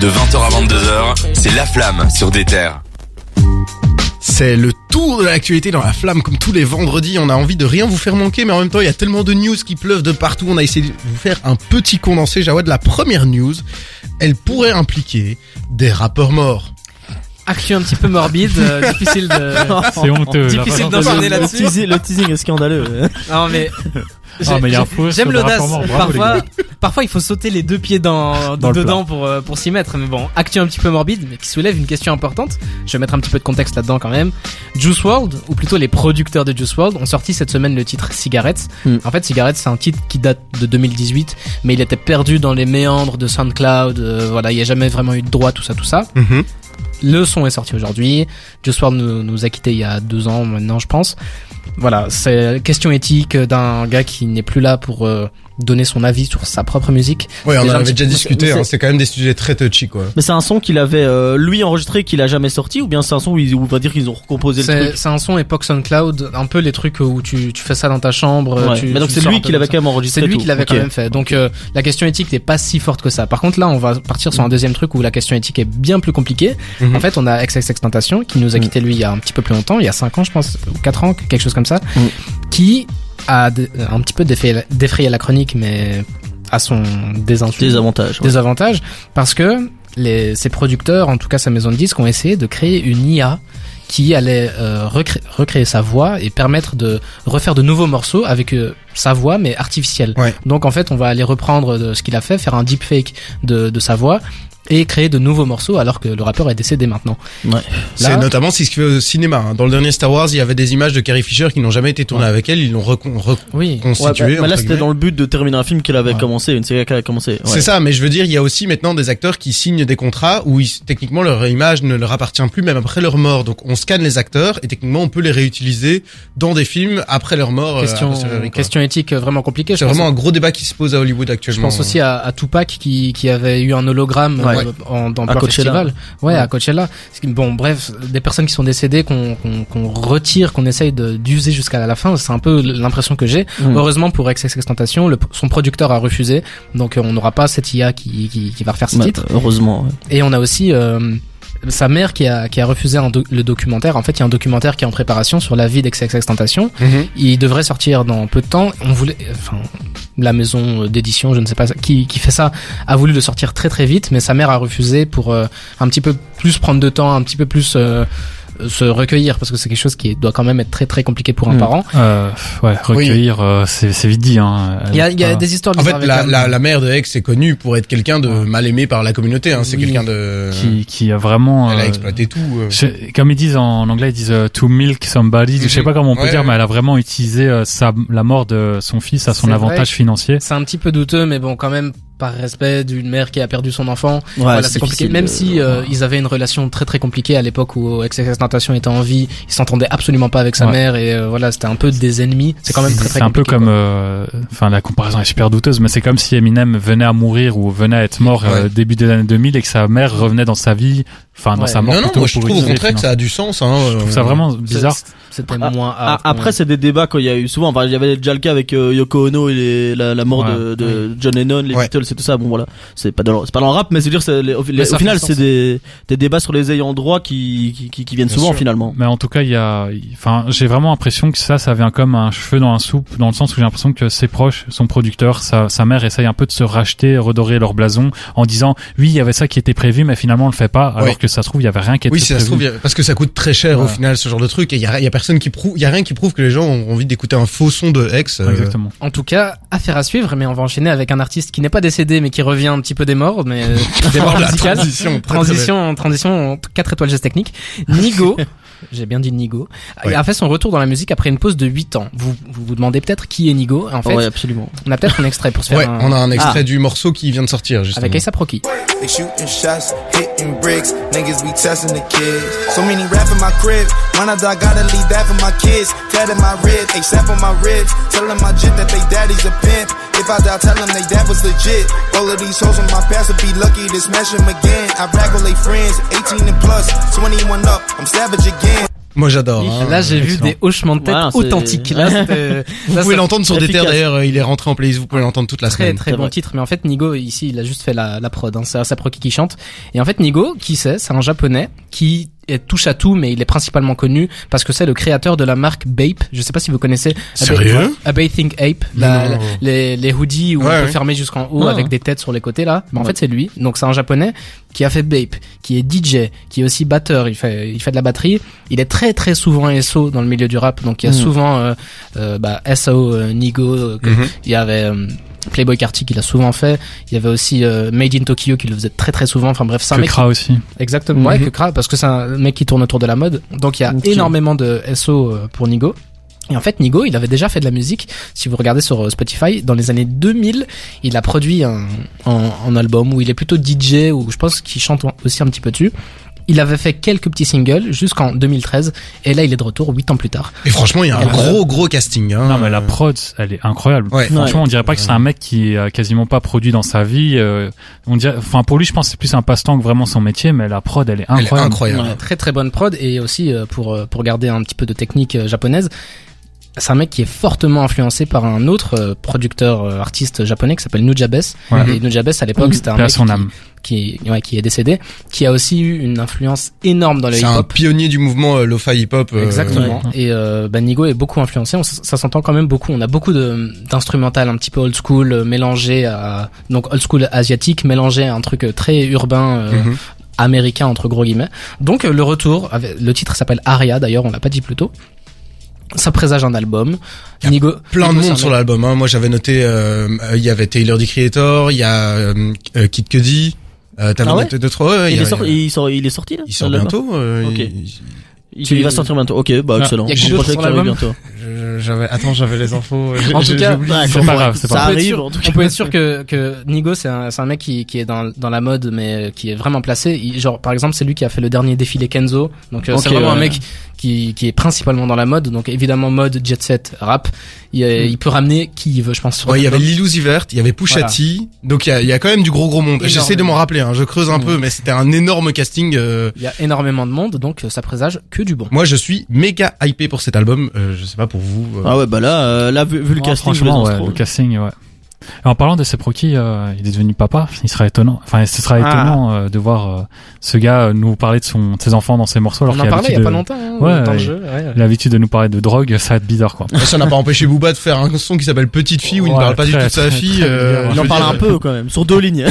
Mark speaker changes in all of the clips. Speaker 1: de 20h à 22h, c'est La Flamme sur des terres.
Speaker 2: C'est le tour de l'actualité dans la flamme, comme tous les vendredis. On a envie de rien vous faire manquer, mais en même temps, il y a tellement de news qui pleuvent de partout. On a essayé de vous faire un petit condensé. Jawad, la première news, elle pourrait impliquer des rappeurs morts.
Speaker 3: action un petit peu morbide, euh, difficile de.
Speaker 4: C'est honteux.
Speaker 3: Difficile
Speaker 4: la
Speaker 3: d'en
Speaker 4: façon-
Speaker 3: parler
Speaker 5: le,
Speaker 3: là-dessus.
Speaker 5: teasing, le teasing est scandaleux.
Speaker 3: Non mais.
Speaker 4: Ah, mais il y a un faux sur
Speaker 3: J'aime
Speaker 4: le
Speaker 3: l'audace.
Speaker 4: rapport mort, bravo, les
Speaker 3: Parfois,
Speaker 4: gars.
Speaker 3: parfois il faut sauter les deux pieds dans,
Speaker 4: Dans le
Speaker 3: dedans pour euh, pour s'y mettre. Mais bon, actu un petit peu morbide, mais qui soulève une question importante. Je vais mettre un petit peu de contexte là-dedans quand même. Juice World, ou plutôt les producteurs de Juice World, ont sorti cette semaine le titre Cigarettes.
Speaker 5: Hmm.
Speaker 3: En fait, Cigarettes, c'est un titre qui date de 2018, mais il était perdu dans les méandres de SoundCloud. euh, voilà, il n'y a jamais vraiment eu de droit, tout ça, tout ça.
Speaker 5: Mhm.
Speaker 3: Le son est sorti aujourd'hui. Juice WRLD nous, nous a quittés il y a deux ans maintenant, je pense. Voilà, c'est la question éthique d'un gars qui n'est plus là pour euh, donner son avis sur sa propre musique.
Speaker 2: Ouais, on en
Speaker 3: Déjà,
Speaker 2: avait
Speaker 3: c'est-
Speaker 2: déjà
Speaker 3: c'est-
Speaker 2: discuté.
Speaker 5: c'est-
Speaker 2: hein, C'est quand même des sujets très touchy, quoi.
Speaker 5: Mais c'est un son qu'il avait euh, lui enregistré qu'il a jamais sorti ou bien c'est un son où, ils- où on va dire qu'ils ont recomposé le
Speaker 3: C'est
Speaker 5: truc.
Speaker 3: c'est un son époque SoundCloud, un peu les trucs où tu, tu fais ça dans ta chambre.
Speaker 5: Ouais.
Speaker 3: tu-
Speaker 5: mais donc
Speaker 3: tu
Speaker 5: c'est
Speaker 3: sors un
Speaker 5: lui
Speaker 3: peu
Speaker 5: qui l'avait
Speaker 3: comme ça.
Speaker 5: quand même enregistré.
Speaker 3: C'est lui
Speaker 5: tout.
Speaker 3: qui l'avait
Speaker 5: Ok.
Speaker 3: quand même fait. Donc euh, la question éthique n'est pas si forte que ça. Par contre là, on va partir sur un deuxième truc où la question éthique est bien plus compliquée.
Speaker 2: Mhm.
Speaker 3: En fait, on a XXXTentacion qui
Speaker 5: Mhm.
Speaker 3: nous a quitté lui il y a un petit peu plus longtemps, il y a 5 ans je pense, ou 4 ans, quelque chose comme ça,
Speaker 5: Mhm.
Speaker 3: qui a dé- un petit peu défrayé la- défrayé la chronique mais à son désinsu
Speaker 5: Des avantages. ouais.
Speaker 3: des avantages parce que les, ses producteurs, en tout cas sa maison de disques, ont essayé de créer une IA qui allait euh, recré- recréer sa voix et permettre de refaire de nouveaux morceaux avec euh, sa voix mais artificielle.
Speaker 2: Ouais.
Speaker 3: Donc en fait, on va aller reprendre de ce qu'il a fait, faire un deepfake de, de sa voix et créer de nouveaux morceaux alors que le rappeur est décédé maintenant.
Speaker 2: C'est notamment c'est ce qu'il fait au cinéma. hein. Dans le dernier Star Wars, il y avait des images de Carrie Fisher qui n'ont jamais été tournées avec elle. Ils l'ont recon-
Speaker 3: Oui.
Speaker 5: Ouais, bah,
Speaker 2: reconstitué.
Speaker 5: bah là
Speaker 2: entre
Speaker 5: c'était
Speaker 2: guillemets.
Speaker 5: dans le but de terminer un film qu'il avait
Speaker 3: Ouais.
Speaker 5: commencé, une série qu'il avait commencé. ouais.
Speaker 2: C'est ça, mais je veux dire, il y a aussi maintenant des acteurs qui signent des contrats où ils- techniquement leur image ne leur appartient plus même après leur mort. Donc on scanne les acteurs et techniquement on peut les réutiliser dans des films après leur mort. euh, a
Speaker 3: Question,
Speaker 2: posteriori, quoi.
Speaker 3: question éthique vraiment compliquée.
Speaker 2: C'est
Speaker 3: je pense.
Speaker 2: vraiment un gros débat qui se pose à Hollywood
Speaker 3: Je
Speaker 2: actuellement.
Speaker 3: pense aussi à, à Tupac qui, qui avait eu un hologramme
Speaker 5: Hmm. Ouais.
Speaker 3: euh, en, dans
Speaker 5: À
Speaker 3: plein
Speaker 5: Coachella.
Speaker 3: festival. Ouais,
Speaker 5: Ouais.
Speaker 3: à Coachella. Ce qui- Bon, bref, des personnes qui sont décédées, qu'on qu'on qu'on retire, qu'on essaye de- d'user jusqu'à la fin, c'est un peu l'impression que j'ai.
Speaker 5: Mm.
Speaker 3: Heureusement pour XXXTentacion, le- son producteur a refusé, donc euh, on n'aura pas cette IA qui, qui, qui va refaire ce
Speaker 5: Bah,
Speaker 3: titre.
Speaker 5: Heureusement. ouais.
Speaker 3: Et on a aussi euh, sa mère qui a, qui a refusé un doc- le documentaire. En fait, il y a un documentaire qui est en préparation sur la vie d'XXXTentacion.
Speaker 2: Mhm.
Speaker 3: Il devrait sortir dans peu de temps. On voulait, enfin, la maison d'édition, je ne sais pas qui, qui fait ça, a voulu le sortir très très vite, mais sa mère a refusé pour euh, un petit peu plus prendre de temps, un petit peu plus euh, se recueillir, parce que c'est quelque chose qui doit quand même être très très compliqué pour un
Speaker 5: Mm.
Speaker 3: parent.
Speaker 4: Euh, ouais, recueillir, euh, c'est c'est vite dit. Hein.
Speaker 3: Il y a, il y a
Speaker 4: Ah.
Speaker 3: des histoires.
Speaker 2: En
Speaker 3: bizarres
Speaker 2: fait,
Speaker 3: avec
Speaker 2: la, la, la mère de Hex est connue pour être quelqu'un de
Speaker 4: Ouais.
Speaker 2: mal aimé par la communauté. Hein. C'est
Speaker 3: Oui.
Speaker 2: quelqu'un de.
Speaker 4: euh, qui, qui a vraiment.
Speaker 2: Elle a
Speaker 4: euh,
Speaker 2: exploité tout. euh.
Speaker 4: je- comme ils disent en anglais, ils disent euh, to milk somebody. Je sais
Speaker 2: Mhm.
Speaker 4: pas comment on peut
Speaker 2: Ouais,
Speaker 4: dire,
Speaker 2: ouais.
Speaker 4: mais elle a vraiment utilisé euh, sa, la mort de son fils à son
Speaker 3: C'est
Speaker 4: avantage
Speaker 3: vrai.
Speaker 4: financier.
Speaker 3: C'est un petit peu douteux, mais bon, quand même, par respect d'une mère qui a perdu son enfant,
Speaker 5: Ouais,
Speaker 3: voilà, c'est compliqué.
Speaker 5: difficile
Speaker 3: Même
Speaker 5: de-
Speaker 3: si euh, ils avaient une relation très très compliquée à l'époque où XXX Tentation était en vie, ils s'entendaient absolument pas avec sa
Speaker 4: Ouais.
Speaker 3: mère et euh, voilà, c'était un peu des ennemis. C'est quand même très très
Speaker 4: C'est un peu
Speaker 3: compliqué,
Speaker 4: comme,
Speaker 3: quoi.
Speaker 4: euh, enfin la comparaison est super douteuse, mais c'est comme si Eminem venait à mourir ou venait à être mort euh,
Speaker 2: Ouais.
Speaker 4: début des années 2000 et que sa mère revenait dans sa vie, enfin dans
Speaker 3: Ouais.
Speaker 4: sa mort.
Speaker 2: Non, non,
Speaker 4: plutôt,
Speaker 2: moi je
Speaker 4: pour
Speaker 2: trouve au
Speaker 4: utiliser,
Speaker 2: contraire que
Speaker 4: finalement.
Speaker 2: ça a du sens. Hein.
Speaker 4: Je trouve ça vraiment
Speaker 3: C'est-
Speaker 4: bizarre.
Speaker 3: C'était
Speaker 5: Ah,
Speaker 3: moins
Speaker 5: Ah,
Speaker 3: hard, quand
Speaker 5: après,
Speaker 3: même.
Speaker 5: c'est des débats qu'il y a eu souvent. Enfin, il y avait déjà le cas avec euh, Yoko Ono et les- la, la mort
Speaker 4: Ouais.
Speaker 5: de, de John Lennon, les
Speaker 2: Ouais.
Speaker 5: Beatles et tout ça. Bon, voilà, c'est pas dans, le- c'est pas dans le rap, mais c'est dire, c'est les- au, les-
Speaker 3: Mais ça
Speaker 5: au final,
Speaker 3: fait sens.
Speaker 5: c'est des, des débats sur les ayants droit qui, qui, qui, qui viennent
Speaker 2: Bien
Speaker 5: souvent
Speaker 2: sûr.
Speaker 5: finalement.
Speaker 4: Mais en tout cas, il y a, enfin, j'ai vraiment l'impression que ça, ça vient comme un cheveu dans un soupe, dans le sens où j'ai l'impression que ses proches, son producteur, sa, sa mère essaye un peu de se racheter, redorer leur blason, en disant, oui, il y avait ça qui était prévu, mais finalement on le fait pas, alors
Speaker 2: Ouais.
Speaker 4: que ça se trouve, il y avait rien qui était
Speaker 2: Oui,
Speaker 4: prévu.
Speaker 2: ça se trouve, y a- parce que ça coûte très cher au
Speaker 4: Ouais.
Speaker 2: final ce genre de truc. Et il y a, y a personne qui prouve, y a rien qui prouve que les gens ont envie d'écouter un faux son de Hex. euh,
Speaker 4: Exactement.
Speaker 3: En tout cas, affaire à suivre, mais on va enchaîner avec un artiste qui n'est pas décédé, mais qui revient un petit peu des morts, mais euh, des morts
Speaker 2: La
Speaker 3: musicales.
Speaker 2: transition, très, très belle.
Speaker 3: Transition, transition, 4 étoiles gestes techniques. Nigo, j'ai bien dit Nigo,
Speaker 2: Ouais.
Speaker 3: a fait son retour dans la musique après une pause de 8 ans. Vous vous, vous demandez peut-être qui est Nigo. En fait,
Speaker 5: ouais, absolument.
Speaker 3: on a peut-être un extrait pour se faire
Speaker 2: Ouais,
Speaker 3: un... Ah.
Speaker 2: on a un extrait du morceau qui vient de sortir justement.
Speaker 3: avec A$AP Rocky.
Speaker 6: They shooting shots, hitting bricks. Niggas be testing the kids. So many rap in my crib. Why not? I gotta leave that for my kids. Tatted my rib, except for my ribs. Telling my jit that they daddy's a pimp. If I die, tell them they dad was legit. All of these hoes on my past would be lucky to smash them again. I brag all they friends, 18 and plus, 21 up. I'm savage again.
Speaker 2: Moi j'adore. hein.
Speaker 3: Là, j'ai vu
Speaker 4: Excellent.
Speaker 3: des hochements de tête
Speaker 5: Voilà, c'est-
Speaker 3: authentiques. Là, c'était-
Speaker 2: Vous
Speaker 3: là,
Speaker 2: pouvez
Speaker 3: ça-
Speaker 2: l'entendre sur des terres
Speaker 5: efficace.
Speaker 2: d'ailleurs, euh, il est rentré en playlist, vous pouvez l'entendre toute la
Speaker 3: Très
Speaker 2: semaine.
Speaker 3: très
Speaker 5: C'est
Speaker 3: bon
Speaker 5: vrai.
Speaker 3: titre, mais en fait Nigo ici il a juste fait la, la prod, hein, c'est Asapro qui chante. Et en fait Nigo, qui c'est C'est un japonais qui est touche à tout, mais il est principalement connu parce que c'est le créateur de la marque Bape. Je sais pas si vous connaissez.
Speaker 2: Ah, ben, Sérieux
Speaker 3: Abe Think Ape, Bah, la-
Speaker 2: Non.
Speaker 3: la- les, les hoodies où
Speaker 2: Ouais,
Speaker 3: on peut
Speaker 2: ouais.
Speaker 3: fermer jusqu'en haut
Speaker 5: Ah.
Speaker 3: avec des têtes sur les côtés là. Bah, en
Speaker 5: Ouais.
Speaker 3: fait c'est lui, donc c'est un japonais qui a fait Bape, qui est DJ, qui est aussi batteur, il fait, il fait de la batterie. Il est très très souvent SO dans le milieu du rap, donc il y a
Speaker 5: Mm.
Speaker 3: souvent euh, euh, bah, SO, euh, Nigo, euh, que-
Speaker 2: Mhm.
Speaker 3: il y avait euh, Playboy Carty qui l'a souvent fait. Il y avait aussi euh, Made in Tokyo qui le faisait très très souvent. Enfin bref, c'est un
Speaker 4: Que
Speaker 3: mec.
Speaker 4: Kra aussi.
Speaker 3: Exactement. Ouais,
Speaker 2: Mhm.
Speaker 3: que Kra, parce que c'est un mec qui tourne autour de la mode. Donc il y a
Speaker 5: Ok.
Speaker 3: énormément de SO euh, pour Nigo. Et en fait, Nigo, il avait déjà fait de la musique. Si vous regardez sur euh, Spotify, dans les années 2000, il a produit un, un- un album où il est plutôt DJ, où je pense qu'il chante aussi un petit peu dessus. Il avait fait quelques petits singles jusqu'en 2013, et là il est de retour 8 ans plus tard.
Speaker 2: Et franchement, il y a un
Speaker 3: Elle-
Speaker 2: gros gros casting. Hein.
Speaker 4: Non, mais la prod, elle est incroyable.
Speaker 2: Ouais.
Speaker 4: Franchement, on dirait pas que c'est un mec qui a quasiment pas produit dans sa vie. euh, on dirait, enfin, pour lui, je pense que c'est plus un passe-temps que vraiment son métier, mais la prod, elle est
Speaker 2: Elle est
Speaker 4: incroyable.
Speaker 2: incroyable.
Speaker 3: Ouais, très très bonne prod et aussi euh, pour euh, pour garder un petit peu de technique euh, japonaise. C'est un mec qui est fortement influencé par un autre euh, producteur euh, artiste japonais qui s'appelle Nujabes.
Speaker 4: Ouais.
Speaker 3: Et Nujabes à l'époque c'était un
Speaker 4: Paix à
Speaker 3: mec
Speaker 4: son âme.
Speaker 3: qui qui, ouais, qui est décédé, qui a aussi eu une influence énorme dans le
Speaker 2: C'est
Speaker 3: hip
Speaker 2: un
Speaker 3: hop.
Speaker 2: pionnier du mouvement euh, lo-fi hip-hop. euh,
Speaker 3: Exactement. Et euh, bah, Nigo est beaucoup influencé. On s- ça s'entend quand même beaucoup. On a beaucoup de d'instrumental un petit peu old school euh, mélangé à donc old school asiatique mélangé à un truc euh, très urbain euh,
Speaker 2: Mhm.
Speaker 3: américain entre gros guillemets. Donc euh, le retour, avec- le titre s'appelle Aria d'ailleurs, on l'a pas dit plus tôt. Ça présage un album.
Speaker 2: Y a
Speaker 3: Nigo,
Speaker 2: Plein de
Speaker 3: Nigo,
Speaker 2: monde
Speaker 3: c'est
Speaker 2: sur
Speaker 3: un mec-
Speaker 2: l'album. Hein. Moi, j'avais noté, euh, euh, il y avait Taylor the Creator, il y a euh, euh, Kid Cudi. Euh, T'as
Speaker 5: Ah ouais
Speaker 2: noté deux trois. ouais, il
Speaker 5: Il
Speaker 2: y a-
Speaker 5: est sorti, il sort, il est sorti là.
Speaker 2: il sort
Speaker 5: l'album
Speaker 2: bientôt. euh,
Speaker 5: Ok.
Speaker 2: il-
Speaker 5: Il,
Speaker 3: Tu-
Speaker 5: il va sortir bientôt. Ok, bah
Speaker 4: Ah,
Speaker 5: excellent.
Speaker 3: y a quelque
Speaker 5: Mon
Speaker 3: chose
Speaker 5: projet
Speaker 3: sur
Speaker 5: qui arrive
Speaker 3: l'album
Speaker 5: bientôt.
Speaker 2: je- J'avais. Attends, j'avais les infos. euh,
Speaker 3: En tout cas,
Speaker 5: Ouais,
Speaker 4: C'est pas grave, c'est
Speaker 5: Ça
Speaker 4: pas grave.
Speaker 5: arrive,
Speaker 3: On peut être sûr-
Speaker 5: en tout cas.
Speaker 3: On peut être sûr que, que Nigo, c'est un, c'est un mec qui, qui est dans, dans la mode, mais euh, qui est vraiment placé. Il- genre, par exemple, c'est lui qui a fait le dernier défilé Kenzo. Donc, euh, c'est
Speaker 5: Ok,
Speaker 3: vraiment un
Speaker 5: ouais.
Speaker 3: mec qui, qui est principalement dans la mode. Donc, évidemment, mode, jet set, rap. Il, est- il peut ramener qui il veut, je pense. sur
Speaker 2: Ouais, il y avait
Speaker 3: l'album.
Speaker 2: Lilou Zivert, il y avait Pusha
Speaker 3: Voilà.
Speaker 2: T. Donc il y a, il y a quand même du gros gros monde. Et
Speaker 3: Énorme.
Speaker 2: J'essaie de m'en rappeler. Hein. Je creuse un
Speaker 3: Mm.
Speaker 2: peu, mais c'était un énorme casting. euh,
Speaker 3: Il y a énormément de monde, donc euh, ça présage que du bon.
Speaker 2: Moi, je suis méga hypé pour cet album. Euh, je sais pas pour vous. euh,
Speaker 5: Ah ouais, bah là, euh, là vu, vu le
Speaker 4: Ouais,
Speaker 5: casting, je les
Speaker 4: franchement, ouais,
Speaker 5: intros.
Speaker 4: le casting, ouais. Et en parlant de Seproki, euh, il est devenu papa. Il sera étonnant. Enfin, ce sera
Speaker 5: Ah.
Speaker 4: étonnant euh, de voir euh, ce gars euh, nous parler de, son, de ses enfants dans ses morceaux. Alors
Speaker 3: On en
Speaker 4: qu'il
Speaker 3: parlait il y a
Speaker 4: l'habitude
Speaker 3: pas
Speaker 4: de-
Speaker 3: longtemps, hein,
Speaker 4: Ouais,
Speaker 3: dans le
Speaker 4: ouais.
Speaker 3: jeu. ouais, ouais.
Speaker 4: il a l'habitude de nous parler de drogue. Ça va être bizarre, quoi.
Speaker 2: Ça n'a pas empêché Booba de faire un son qui s'appelle Petite fille où il ne
Speaker 4: Ouais,
Speaker 2: parle pas du tout
Speaker 4: très,
Speaker 2: de sa
Speaker 4: très,
Speaker 2: fille.
Speaker 4: très
Speaker 2: euh,
Speaker 4: bien.
Speaker 2: je
Speaker 5: Il en
Speaker 2: veux
Speaker 5: parle
Speaker 2: dire,
Speaker 5: un peu quand même, sur deux lignes.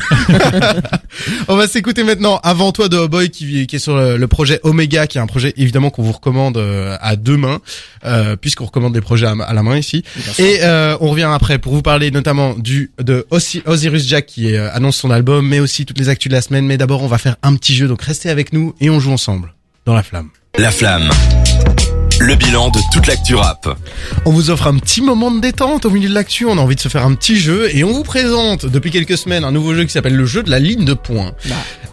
Speaker 2: On va s'écouter maintenant Avant toi de Hellboy qui, qui est sur le, le projet Omega qui est un projet évidemment qu'on vous recommande euh, à deux mains euh, puisqu'on recommande des projets à, à la main ici. Et euh, on revient après pour vous parler notamment du de Osi- Osiris Jack qui euh, annonce son album mais aussi toutes les actus de la semaine. Mais d'abord on va faire un petit jeu donc restez avec nous et on joue ensemble dans la flamme.
Speaker 1: La flamme. Le bilan de toute l'actu rap.
Speaker 2: On vous offre un petit moment de détente au milieu de l'actu, on a envie de se faire un petit jeu et on vous présente depuis quelques semaines un nouveau jeu qui s'appelle le jeu de la ligne de points.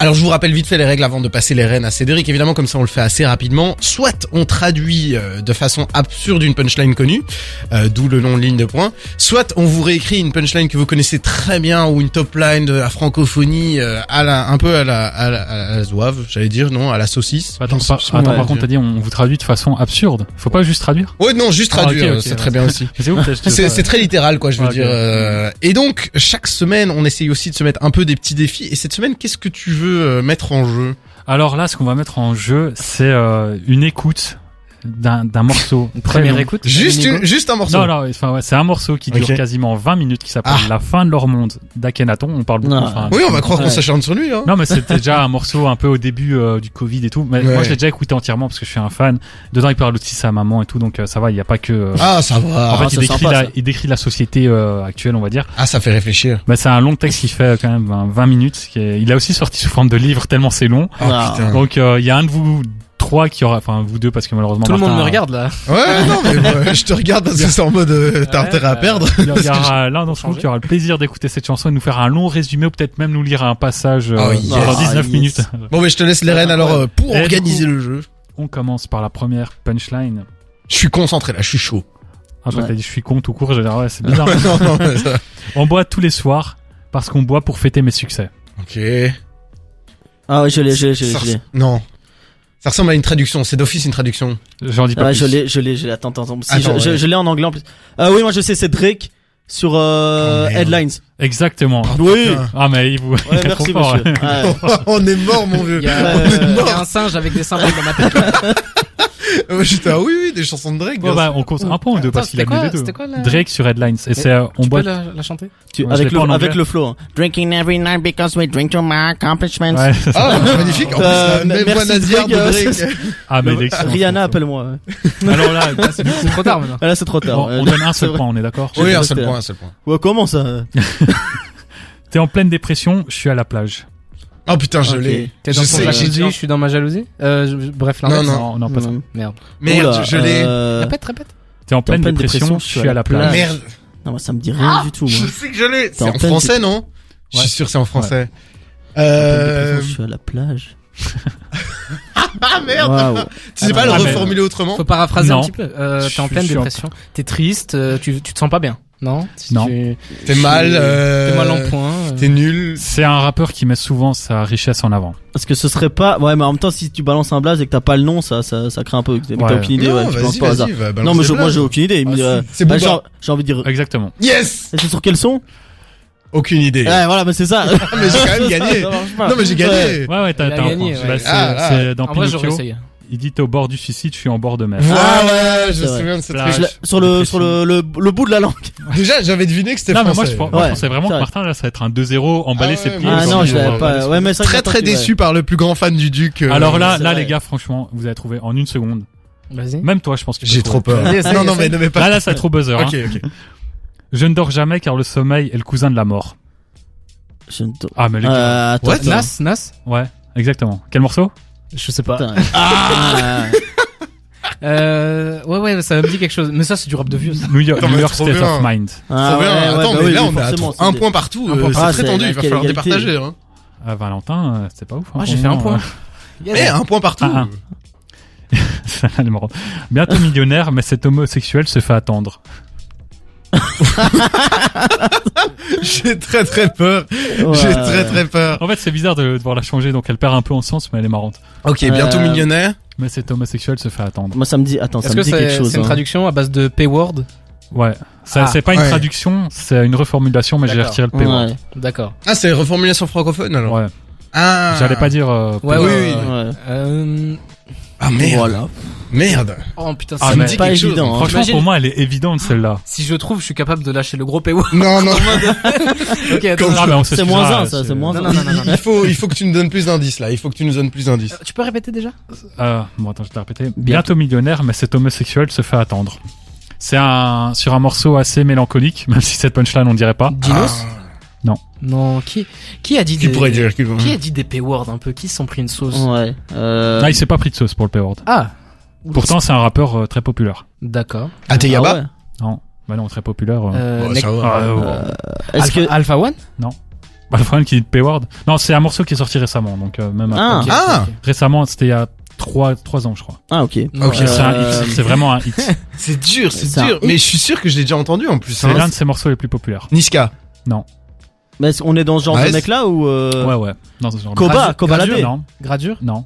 Speaker 2: Alors je vous rappelle vite fait les règles avant de passer les rênes à Cédric, évidemment comme ça on le fait assez rapidement. Soit on traduit euh, de façon absurde une punchline connue, euh, d'où le nom de ligne de points, soit on vous réécrit une punchline que vous connaissez très bien ou une top line de la francophonie euh, à la, un peu à la, à la, à la zouave, j'allais dire, non, à la saucisse.
Speaker 4: Attends,
Speaker 2: Je sais
Speaker 4: par,
Speaker 2: pas
Speaker 4: attends,
Speaker 2: comment on
Speaker 4: par
Speaker 2: dit.
Speaker 4: contre, t'as dit on vous traduit de façon absurde. Faut pas juste traduire.
Speaker 2: Ouais non, juste
Speaker 4: Ah, ok,
Speaker 2: traduire, euh,
Speaker 4: ok,
Speaker 2: c'est
Speaker 4: ouais.
Speaker 2: très bien aussi.
Speaker 4: C'est où peut-être, je sais
Speaker 2: C'est
Speaker 4: pas.
Speaker 2: c'est très littéral, quoi, je veux
Speaker 4: Ouais,
Speaker 2: dire.
Speaker 4: ok.
Speaker 2: euh, Et donc, chaque semaine, on essaye aussi de se mettre un peu des petits défis. Et cette semaine, qu'est-ce que tu veux euh, mettre en jeu
Speaker 4: Alors là, ce qu'on va mettre en jeu, c'est euh, une écoute d'un d'un morceau.
Speaker 3: Une
Speaker 4: très
Speaker 3: première
Speaker 4: long.
Speaker 3: écoute.
Speaker 2: Juste,
Speaker 3: Nigo.
Speaker 2: une- juste un morceau.
Speaker 4: Non, non, ouais, enfin, ouais, c'est un morceau qui dure
Speaker 2: Ok.
Speaker 4: quasiment 20 minutes qui s'appelle
Speaker 2: Ah.
Speaker 4: La fin de leur monde d'Akenaton. On parle beaucoup.
Speaker 5: Non.
Speaker 4: enfin,
Speaker 2: Oui, on va croire qu'on
Speaker 5: Ouais.
Speaker 2: s'acharne sur lui. Hein.
Speaker 4: Non, mais c'était déjà un morceau un peu au début euh, du Covid et tout. Mais
Speaker 2: Ouais.
Speaker 4: moi, je l'ai déjà écouté entièrement parce que je suis un fan. Dedans, il parle aussi de sa maman et tout, donc euh, ça va. Il n'y a pas que. euh,
Speaker 2: Ah, ça
Speaker 4: en
Speaker 2: va.
Speaker 4: fait,
Speaker 5: ah,
Speaker 4: il
Speaker 5: c'est
Speaker 4: décrit,
Speaker 5: sympa,
Speaker 4: la,
Speaker 5: ça.
Speaker 4: il décrit la société euh, actuelle, on va dire.
Speaker 2: Ah, ça fait réfléchir.
Speaker 4: Mais c'est un long texte qui fait euh, quand même ben, 20 minutes. ce qui est- Il a aussi sorti sous forme de livre tellement c'est long.
Speaker 2: Ah,
Speaker 5: Ah.
Speaker 2: putain.
Speaker 4: Donc, euh, il y a un de vous trois qui aura, enfin vous deux parce que malheureusement
Speaker 3: Tout le monde
Speaker 4: Martin,
Speaker 3: me
Speaker 4: euh,
Speaker 3: regarde là.
Speaker 2: Ouais, non, mais euh, je te regarde parce que c'est en mode euh, t'as
Speaker 3: Ouais,
Speaker 2: intérêt à
Speaker 3: euh,
Speaker 2: perdre.
Speaker 4: Il y aura l'un
Speaker 3: faut
Speaker 4: d'entre vous
Speaker 3: changer.
Speaker 4: qui aura le plaisir d'écouter cette chanson et nous faire un long résumé ou peut-être même nous lire un passage euh,
Speaker 2: Oh, yes.
Speaker 4: pendant
Speaker 5: Ah,
Speaker 4: 19
Speaker 5: yes.
Speaker 4: minutes.
Speaker 2: Bon, mais je te laisse les rênes alors euh, pour
Speaker 4: Et du
Speaker 2: organiser
Speaker 4: coup-
Speaker 2: le jeu.
Speaker 4: On commence par la première punchline.
Speaker 2: Je suis concentré là, je suis chaud.
Speaker 4: Ah, je crois que
Speaker 5: Ouais.
Speaker 4: t'as dit je suis con tout court, j'ai dit ouais, c'est bizarre.
Speaker 2: non, non, mais ça...
Speaker 4: on boit tous les soirs parce qu'on boit pour fêter mes succès.
Speaker 2: Ok.
Speaker 5: Ah ouais, je l'ai, je l'ai, je l'ai,
Speaker 2: Ça
Speaker 5: je l'ai.
Speaker 2: res- Non. Ça ressemble à une traduction. C'est d'office une traduction.
Speaker 4: J'en dis pas
Speaker 5: Ah,
Speaker 4: plus.
Speaker 5: je l'ai, je l'ai, je l'ai. Attends, attends. Si,
Speaker 2: Attends,
Speaker 5: je, je-
Speaker 2: ouais.
Speaker 5: je l'ai en anglais en plus. Ah oui, moi je sais, c'est Drake sur euh,
Speaker 2: Oh, merde.
Speaker 5: Headlines.
Speaker 4: Exactement.
Speaker 5: Oui.
Speaker 2: putain.
Speaker 4: Ah mais il vous il
Speaker 5: Ouais,
Speaker 4: est trop
Speaker 5: merci
Speaker 4: fort.
Speaker 5: monsieur. Ouais.
Speaker 2: Oh, on est mort, mon vieux.
Speaker 3: Il y, a,
Speaker 5: Ouais,
Speaker 3: euh,
Speaker 5: ouais,
Speaker 3: il y a un singe avec des symboles dans ma tête.
Speaker 2: Euh, J'étais ah oui, oui, des chansons de Drake.
Speaker 4: Bon
Speaker 2: bien
Speaker 4: bah on compte un point ou deux
Speaker 3: Attends,
Speaker 4: parce qu'il a
Speaker 3: c'était
Speaker 4: mis
Speaker 3: quoi-
Speaker 4: les deux.
Speaker 3: c'était quoi, la-
Speaker 4: Drake sur Headlines et c'est euh, on
Speaker 3: Tu
Speaker 4: boit.
Speaker 3: peux la, la chanter
Speaker 5: Tu-
Speaker 4: Ouais, je l'ai
Speaker 5: avec
Speaker 4: pas en
Speaker 5: le avec
Speaker 4: anglais.
Speaker 5: le flow. hein.
Speaker 7: Drinking every night because we drink to my accomplishments.
Speaker 4: Ouais, c'est
Speaker 2: sûr.
Speaker 4: ça.
Speaker 2: Ah, magnifique. En plus,
Speaker 5: Euh,
Speaker 2: la même
Speaker 5: merci,
Speaker 2: voix nasillarde
Speaker 5: Drake, euh,
Speaker 2: de
Speaker 5: c'est-
Speaker 2: Drake.
Speaker 4: Ah mais il est excellent,
Speaker 5: Rihanna,
Speaker 4: ce morceau.
Speaker 5: appelle-moi.
Speaker 4: Alors là,
Speaker 3: C'est trop tard maintenant.
Speaker 5: Ah, là, c'est trop tard.
Speaker 4: on,
Speaker 5: Euh,
Speaker 4: on donne un seul
Speaker 5: c'est
Speaker 4: point, on est d'accord.
Speaker 5: Oui,
Speaker 2: Oui, un
Speaker 5: un
Speaker 2: seul
Speaker 5: resté
Speaker 2: point,
Speaker 5: là.
Speaker 2: un seul point.
Speaker 5: vrai. Ouais, comment ça
Speaker 4: T'es en pleine dépression, je suis à la plage.
Speaker 2: Oh putain, je
Speaker 5: Ok.
Speaker 2: l'ai.
Speaker 3: T'es
Speaker 2: Je
Speaker 3: dans ton
Speaker 2: sais, j'ai dit.
Speaker 3: jalousie, je suis dans ma jalousie. Euh, je- bref, l'inverse.
Speaker 2: Non.
Speaker 4: Non, non pas ça.
Speaker 3: Merde.
Speaker 2: Merde,
Speaker 5: Oula,
Speaker 2: je l'ai.
Speaker 5: euh,
Speaker 3: Répète, répète.
Speaker 4: T'es en pleine dépression, je suis à la plage.
Speaker 2: Merde.
Speaker 5: Non, moi, ça me dit rien du tout. Moi.
Speaker 2: Je sais que je l'ai. C'est
Speaker 5: en
Speaker 2: en
Speaker 5: pleine-
Speaker 2: français, non Je suis sûr que c'est en français. Euh...
Speaker 5: Je suis à la plage.
Speaker 2: Ah merde
Speaker 5: Waouh.
Speaker 2: Tu sais pas le
Speaker 4: Ah, mais-
Speaker 2: reformuler autrement
Speaker 3: Faut paraphraser
Speaker 4: Non.
Speaker 3: un petit peu. Euh, T'es en
Speaker 4: Je
Speaker 3: pleine
Speaker 4: suis en-
Speaker 3: dépression. T'es triste. euh, Tu, tu te sens pas bien. Non. Si
Speaker 4: Non.
Speaker 3: tu-
Speaker 2: T'es mal, euh...
Speaker 3: T'es mal en point. euh.
Speaker 2: T'es nul.
Speaker 4: C'est un rappeur qui met souvent sa richesse en avant.
Speaker 5: Parce que ce serait pas. Ouais, mais en même temps, si tu balances un blaze et que t'as pas le nom, ça, ça, ça crée un peu. Mais
Speaker 4: Ouais.
Speaker 5: T'as aucune idée, ouais.
Speaker 2: non,
Speaker 5: Tu
Speaker 2: vas-y,
Speaker 5: balances pas au hasard.
Speaker 2: vas-y, va
Speaker 5: Non,
Speaker 2: balancer
Speaker 5: mais je-
Speaker 2: le
Speaker 5: moi,
Speaker 2: blaze.
Speaker 5: j'ai aucune idée.
Speaker 2: Ah,
Speaker 5: mais,
Speaker 2: si.
Speaker 5: euh,
Speaker 2: C'est
Speaker 5: bah,
Speaker 2: Booba.
Speaker 5: j'ai- J'ai envie de dire.
Speaker 4: Exactement.
Speaker 2: Yes
Speaker 5: Et C'est sur quel son
Speaker 2: Aucune idée.
Speaker 5: Ouais, voilà, mais c'est ça.
Speaker 2: mais j'ai quand même gagné.
Speaker 5: Ça marche pas.
Speaker 2: Non, mais j'ai gagné.
Speaker 4: Ouais ouais, t'as
Speaker 3: Il a
Speaker 4: t'as un
Speaker 3: gagné,
Speaker 4: point.
Speaker 3: ouais.
Speaker 4: Bah, c'est-
Speaker 2: Ah, ah.
Speaker 4: c'est dans
Speaker 3: En vrai, j'aurais
Speaker 4: Pinocchio.
Speaker 3: essayé.
Speaker 4: Il dit t'es au bord du suicide, je suis en bord de mer.
Speaker 5: Ah
Speaker 2: Voilà,
Speaker 5: ouais,
Speaker 2: je
Speaker 5: c'est
Speaker 2: me
Speaker 5: vrai.
Speaker 2: souviens de cette
Speaker 4: Plage.
Speaker 5: Je l'ai- Sur le, sur le, le, le bout de la langue.
Speaker 2: triche. Déjà, j'avais deviné que c'était
Speaker 4: Non mais
Speaker 2: français.
Speaker 4: moi je, pense- moi, je
Speaker 5: Ouais.
Speaker 4: pensais vraiment
Speaker 5: C'est
Speaker 4: que
Speaker 5: vrai.
Speaker 4: Martin là ça va être un 2-0 emballer
Speaker 2: Ah
Speaker 4: ses
Speaker 2: ouais,
Speaker 4: pieds.
Speaker 2: moi,
Speaker 5: Ah
Speaker 2: aussi,
Speaker 5: non, je
Speaker 2: ouais,
Speaker 5: l'avais pas. Ouais, mais c'est vrai
Speaker 2: Très
Speaker 5: que
Speaker 2: très
Speaker 5: t'as-
Speaker 2: déçu par le plus grand fan du Duc. euh,
Speaker 4: Alors là
Speaker 5: c'est
Speaker 4: là
Speaker 5: vrai.
Speaker 4: les gars franchement, vous avez trouvé en une seconde.
Speaker 3: Vas-y.
Speaker 4: Même toi je pense que tu
Speaker 2: J'ai
Speaker 4: peux
Speaker 2: trop
Speaker 4: trouver.
Speaker 2: peur.
Speaker 3: Vas-y, essaye,
Speaker 2: Non, non, mais
Speaker 3: essaye.
Speaker 2: ne mets
Speaker 4: Là
Speaker 2: pas.
Speaker 4: là ça trop buzzer. hein.
Speaker 2: Ok, ok.
Speaker 4: Je ne dors jamais car le sommeil est le cousin de la mort.
Speaker 5: Je ne te-
Speaker 4: Ah mais les gars.
Speaker 5: Euh, attends,
Speaker 2: What
Speaker 5: attends.
Speaker 3: Nas, Nas.
Speaker 4: Ouais, exactement. Quel morceau
Speaker 3: Je sais pas.
Speaker 5: Putain. Ah
Speaker 3: Euh, ouais, ouais, ça me dit quelque chose. Mais ça, c'est du rap de vieux. ça.
Speaker 4: New York,
Speaker 2: Attends,
Speaker 4: New
Speaker 2: mais
Speaker 4: York
Speaker 2: c'est trop
Speaker 4: State
Speaker 2: bien.
Speaker 4: of Mind.
Speaker 5: Ah
Speaker 2: Trop bien.
Speaker 5: ouais, ouais,
Speaker 2: Attends,
Speaker 5: bah
Speaker 2: mais
Speaker 5: oui,
Speaker 2: là, on a
Speaker 5: forcément,
Speaker 2: un
Speaker 5: c'est-
Speaker 2: point partout.
Speaker 3: Un
Speaker 2: euh,
Speaker 3: point
Speaker 2: C'est
Speaker 5: partout.
Speaker 2: très
Speaker 5: Ah, c'est
Speaker 2: tendu, il va
Speaker 5: laquelle
Speaker 2: falloir
Speaker 5: égalité
Speaker 2: départager. hein.
Speaker 4: Ah, Valentin, euh, c'était pas ouf. hein,
Speaker 3: Ah, j'ai
Speaker 4: pour
Speaker 3: fait un
Speaker 4: moi,
Speaker 3: point.
Speaker 4: hein.
Speaker 2: Eh, un point partout.
Speaker 4: Ah, ah. Ça, hein. elle me rend- Bientôt millionnaire, mais cet homosexuel se fait attendre.
Speaker 2: J'ai très très peur.
Speaker 5: Ouais.
Speaker 2: J'ai très très peur.
Speaker 4: En fait, c'est bizarre de devoir la changer, donc elle perd un peu en sens, mais elle est marrante.
Speaker 2: Ok, bientôt
Speaker 5: bientôt Euh,
Speaker 2: millionnaire.
Speaker 4: Mais cet homosexuel se fait attendre.
Speaker 5: Moi, ça me dit. Attends, ça
Speaker 3: Est-ce
Speaker 5: me
Speaker 3: que
Speaker 5: dit quelque
Speaker 3: c'est
Speaker 5: chose.
Speaker 3: c'est une
Speaker 5: hein.
Speaker 3: traduction à base de Payword
Speaker 4: Ouais. Ça,
Speaker 3: Ah,
Speaker 4: c'est pas une
Speaker 2: ouais.
Speaker 4: traduction, c'est une reformulation, mais j'ai
Speaker 3: D'accord.
Speaker 4: retiré le P. word.
Speaker 5: Ouais,
Speaker 3: D'accord.
Speaker 2: Ah, c'est reformulation francophone alors.
Speaker 4: Ouais.
Speaker 2: Ah.
Speaker 4: J'allais pas dire. euh,
Speaker 3: Ouais,
Speaker 4: P
Speaker 2: oui,
Speaker 4: word.
Speaker 2: oui.
Speaker 5: ouais.
Speaker 3: Euh...
Speaker 2: Ah merde.
Speaker 5: Voilà.
Speaker 2: Merde.
Speaker 3: Oh putain,
Speaker 4: Ah,
Speaker 3: ça me
Speaker 4: mais-
Speaker 3: dit-
Speaker 5: Pas
Speaker 2: quelque chose.
Speaker 5: évident. hein.
Speaker 4: Franchement,
Speaker 3: Imagine-
Speaker 4: pour moi, elle est évidente celle-là.
Speaker 3: Si je trouve, je suis capable de lâcher le gros Payword.
Speaker 2: Non, non.
Speaker 3: ok, attends.
Speaker 4: Ah, mais on s'excusera,
Speaker 5: C'est moins un,
Speaker 4: euh,
Speaker 5: ça, c'est moins
Speaker 3: Non, non,
Speaker 5: un.
Speaker 3: non, non, non.
Speaker 2: Il faut, il faut que tu me donnes plus d'indices là. Il faut que tu nous donnes plus d'indices.
Speaker 3: Tu peux répéter déjà
Speaker 4: Euh, bon, attends, je vais te la répéter. Bientôt millionnaire, mais cet homosexuel se fait attendre. C'est un, sur un morceau assez mélancolique, même si cette punchline on dirait pas.
Speaker 3: Dinos
Speaker 2: Ah,
Speaker 3: Non, qui qui a dit
Speaker 2: qui
Speaker 3: des...
Speaker 2: pourrait dire qui pourrait-
Speaker 3: Qui a dit des Payword un peu Qui s'en pris une sauce
Speaker 5: Ouais. Euh...
Speaker 4: Ah, il s'est pas pris de sauce pour le payword.
Speaker 3: Ah
Speaker 4: Pourtant, c'est un rappeur euh, très populaire.
Speaker 3: D'accord.
Speaker 2: Ah, t'es Yaba
Speaker 5: Ah ouais.
Speaker 4: Non, bah non, très populaire. euh.
Speaker 3: Euh,
Speaker 2: Bon,
Speaker 3: Nec-
Speaker 2: ça va.
Speaker 4: Ah, euh,
Speaker 5: Est-ce
Speaker 3: Alpha,
Speaker 5: que
Speaker 3: Alpha One
Speaker 4: Bah, le problème qui dit de payword. Non, c'est un morceau qui est sorti récemment, donc euh, même
Speaker 5: Ah.
Speaker 4: après.
Speaker 2: Ah.
Speaker 3: ok.
Speaker 4: récemment, c'était il y a trois trois ans, je crois.
Speaker 5: ah ok.
Speaker 3: Non,
Speaker 2: Ok.
Speaker 4: C'est un
Speaker 5: Euh,
Speaker 4: hit, c'est vraiment un hit.
Speaker 2: C'est dur, c'est
Speaker 5: C'est un
Speaker 2: dur.
Speaker 5: hit.
Speaker 2: Mais je suis sûr que je l'ai déjà entendu en plus.
Speaker 4: C'est
Speaker 2: hein.
Speaker 4: l'un de ses morceaux les plus populaires.
Speaker 2: Niska.
Speaker 5: Mais est-ce qu'on est dans ce genre
Speaker 2: Ouais,
Speaker 5: de mec là ou euh...
Speaker 4: Ouais, ouais. Non, c'est ce genre de-
Speaker 5: Koba,
Speaker 3: Radio-
Speaker 5: Koba
Speaker 4: Radio-
Speaker 5: Labé.
Speaker 4: Non,
Speaker 3: Gradure
Speaker 4: non.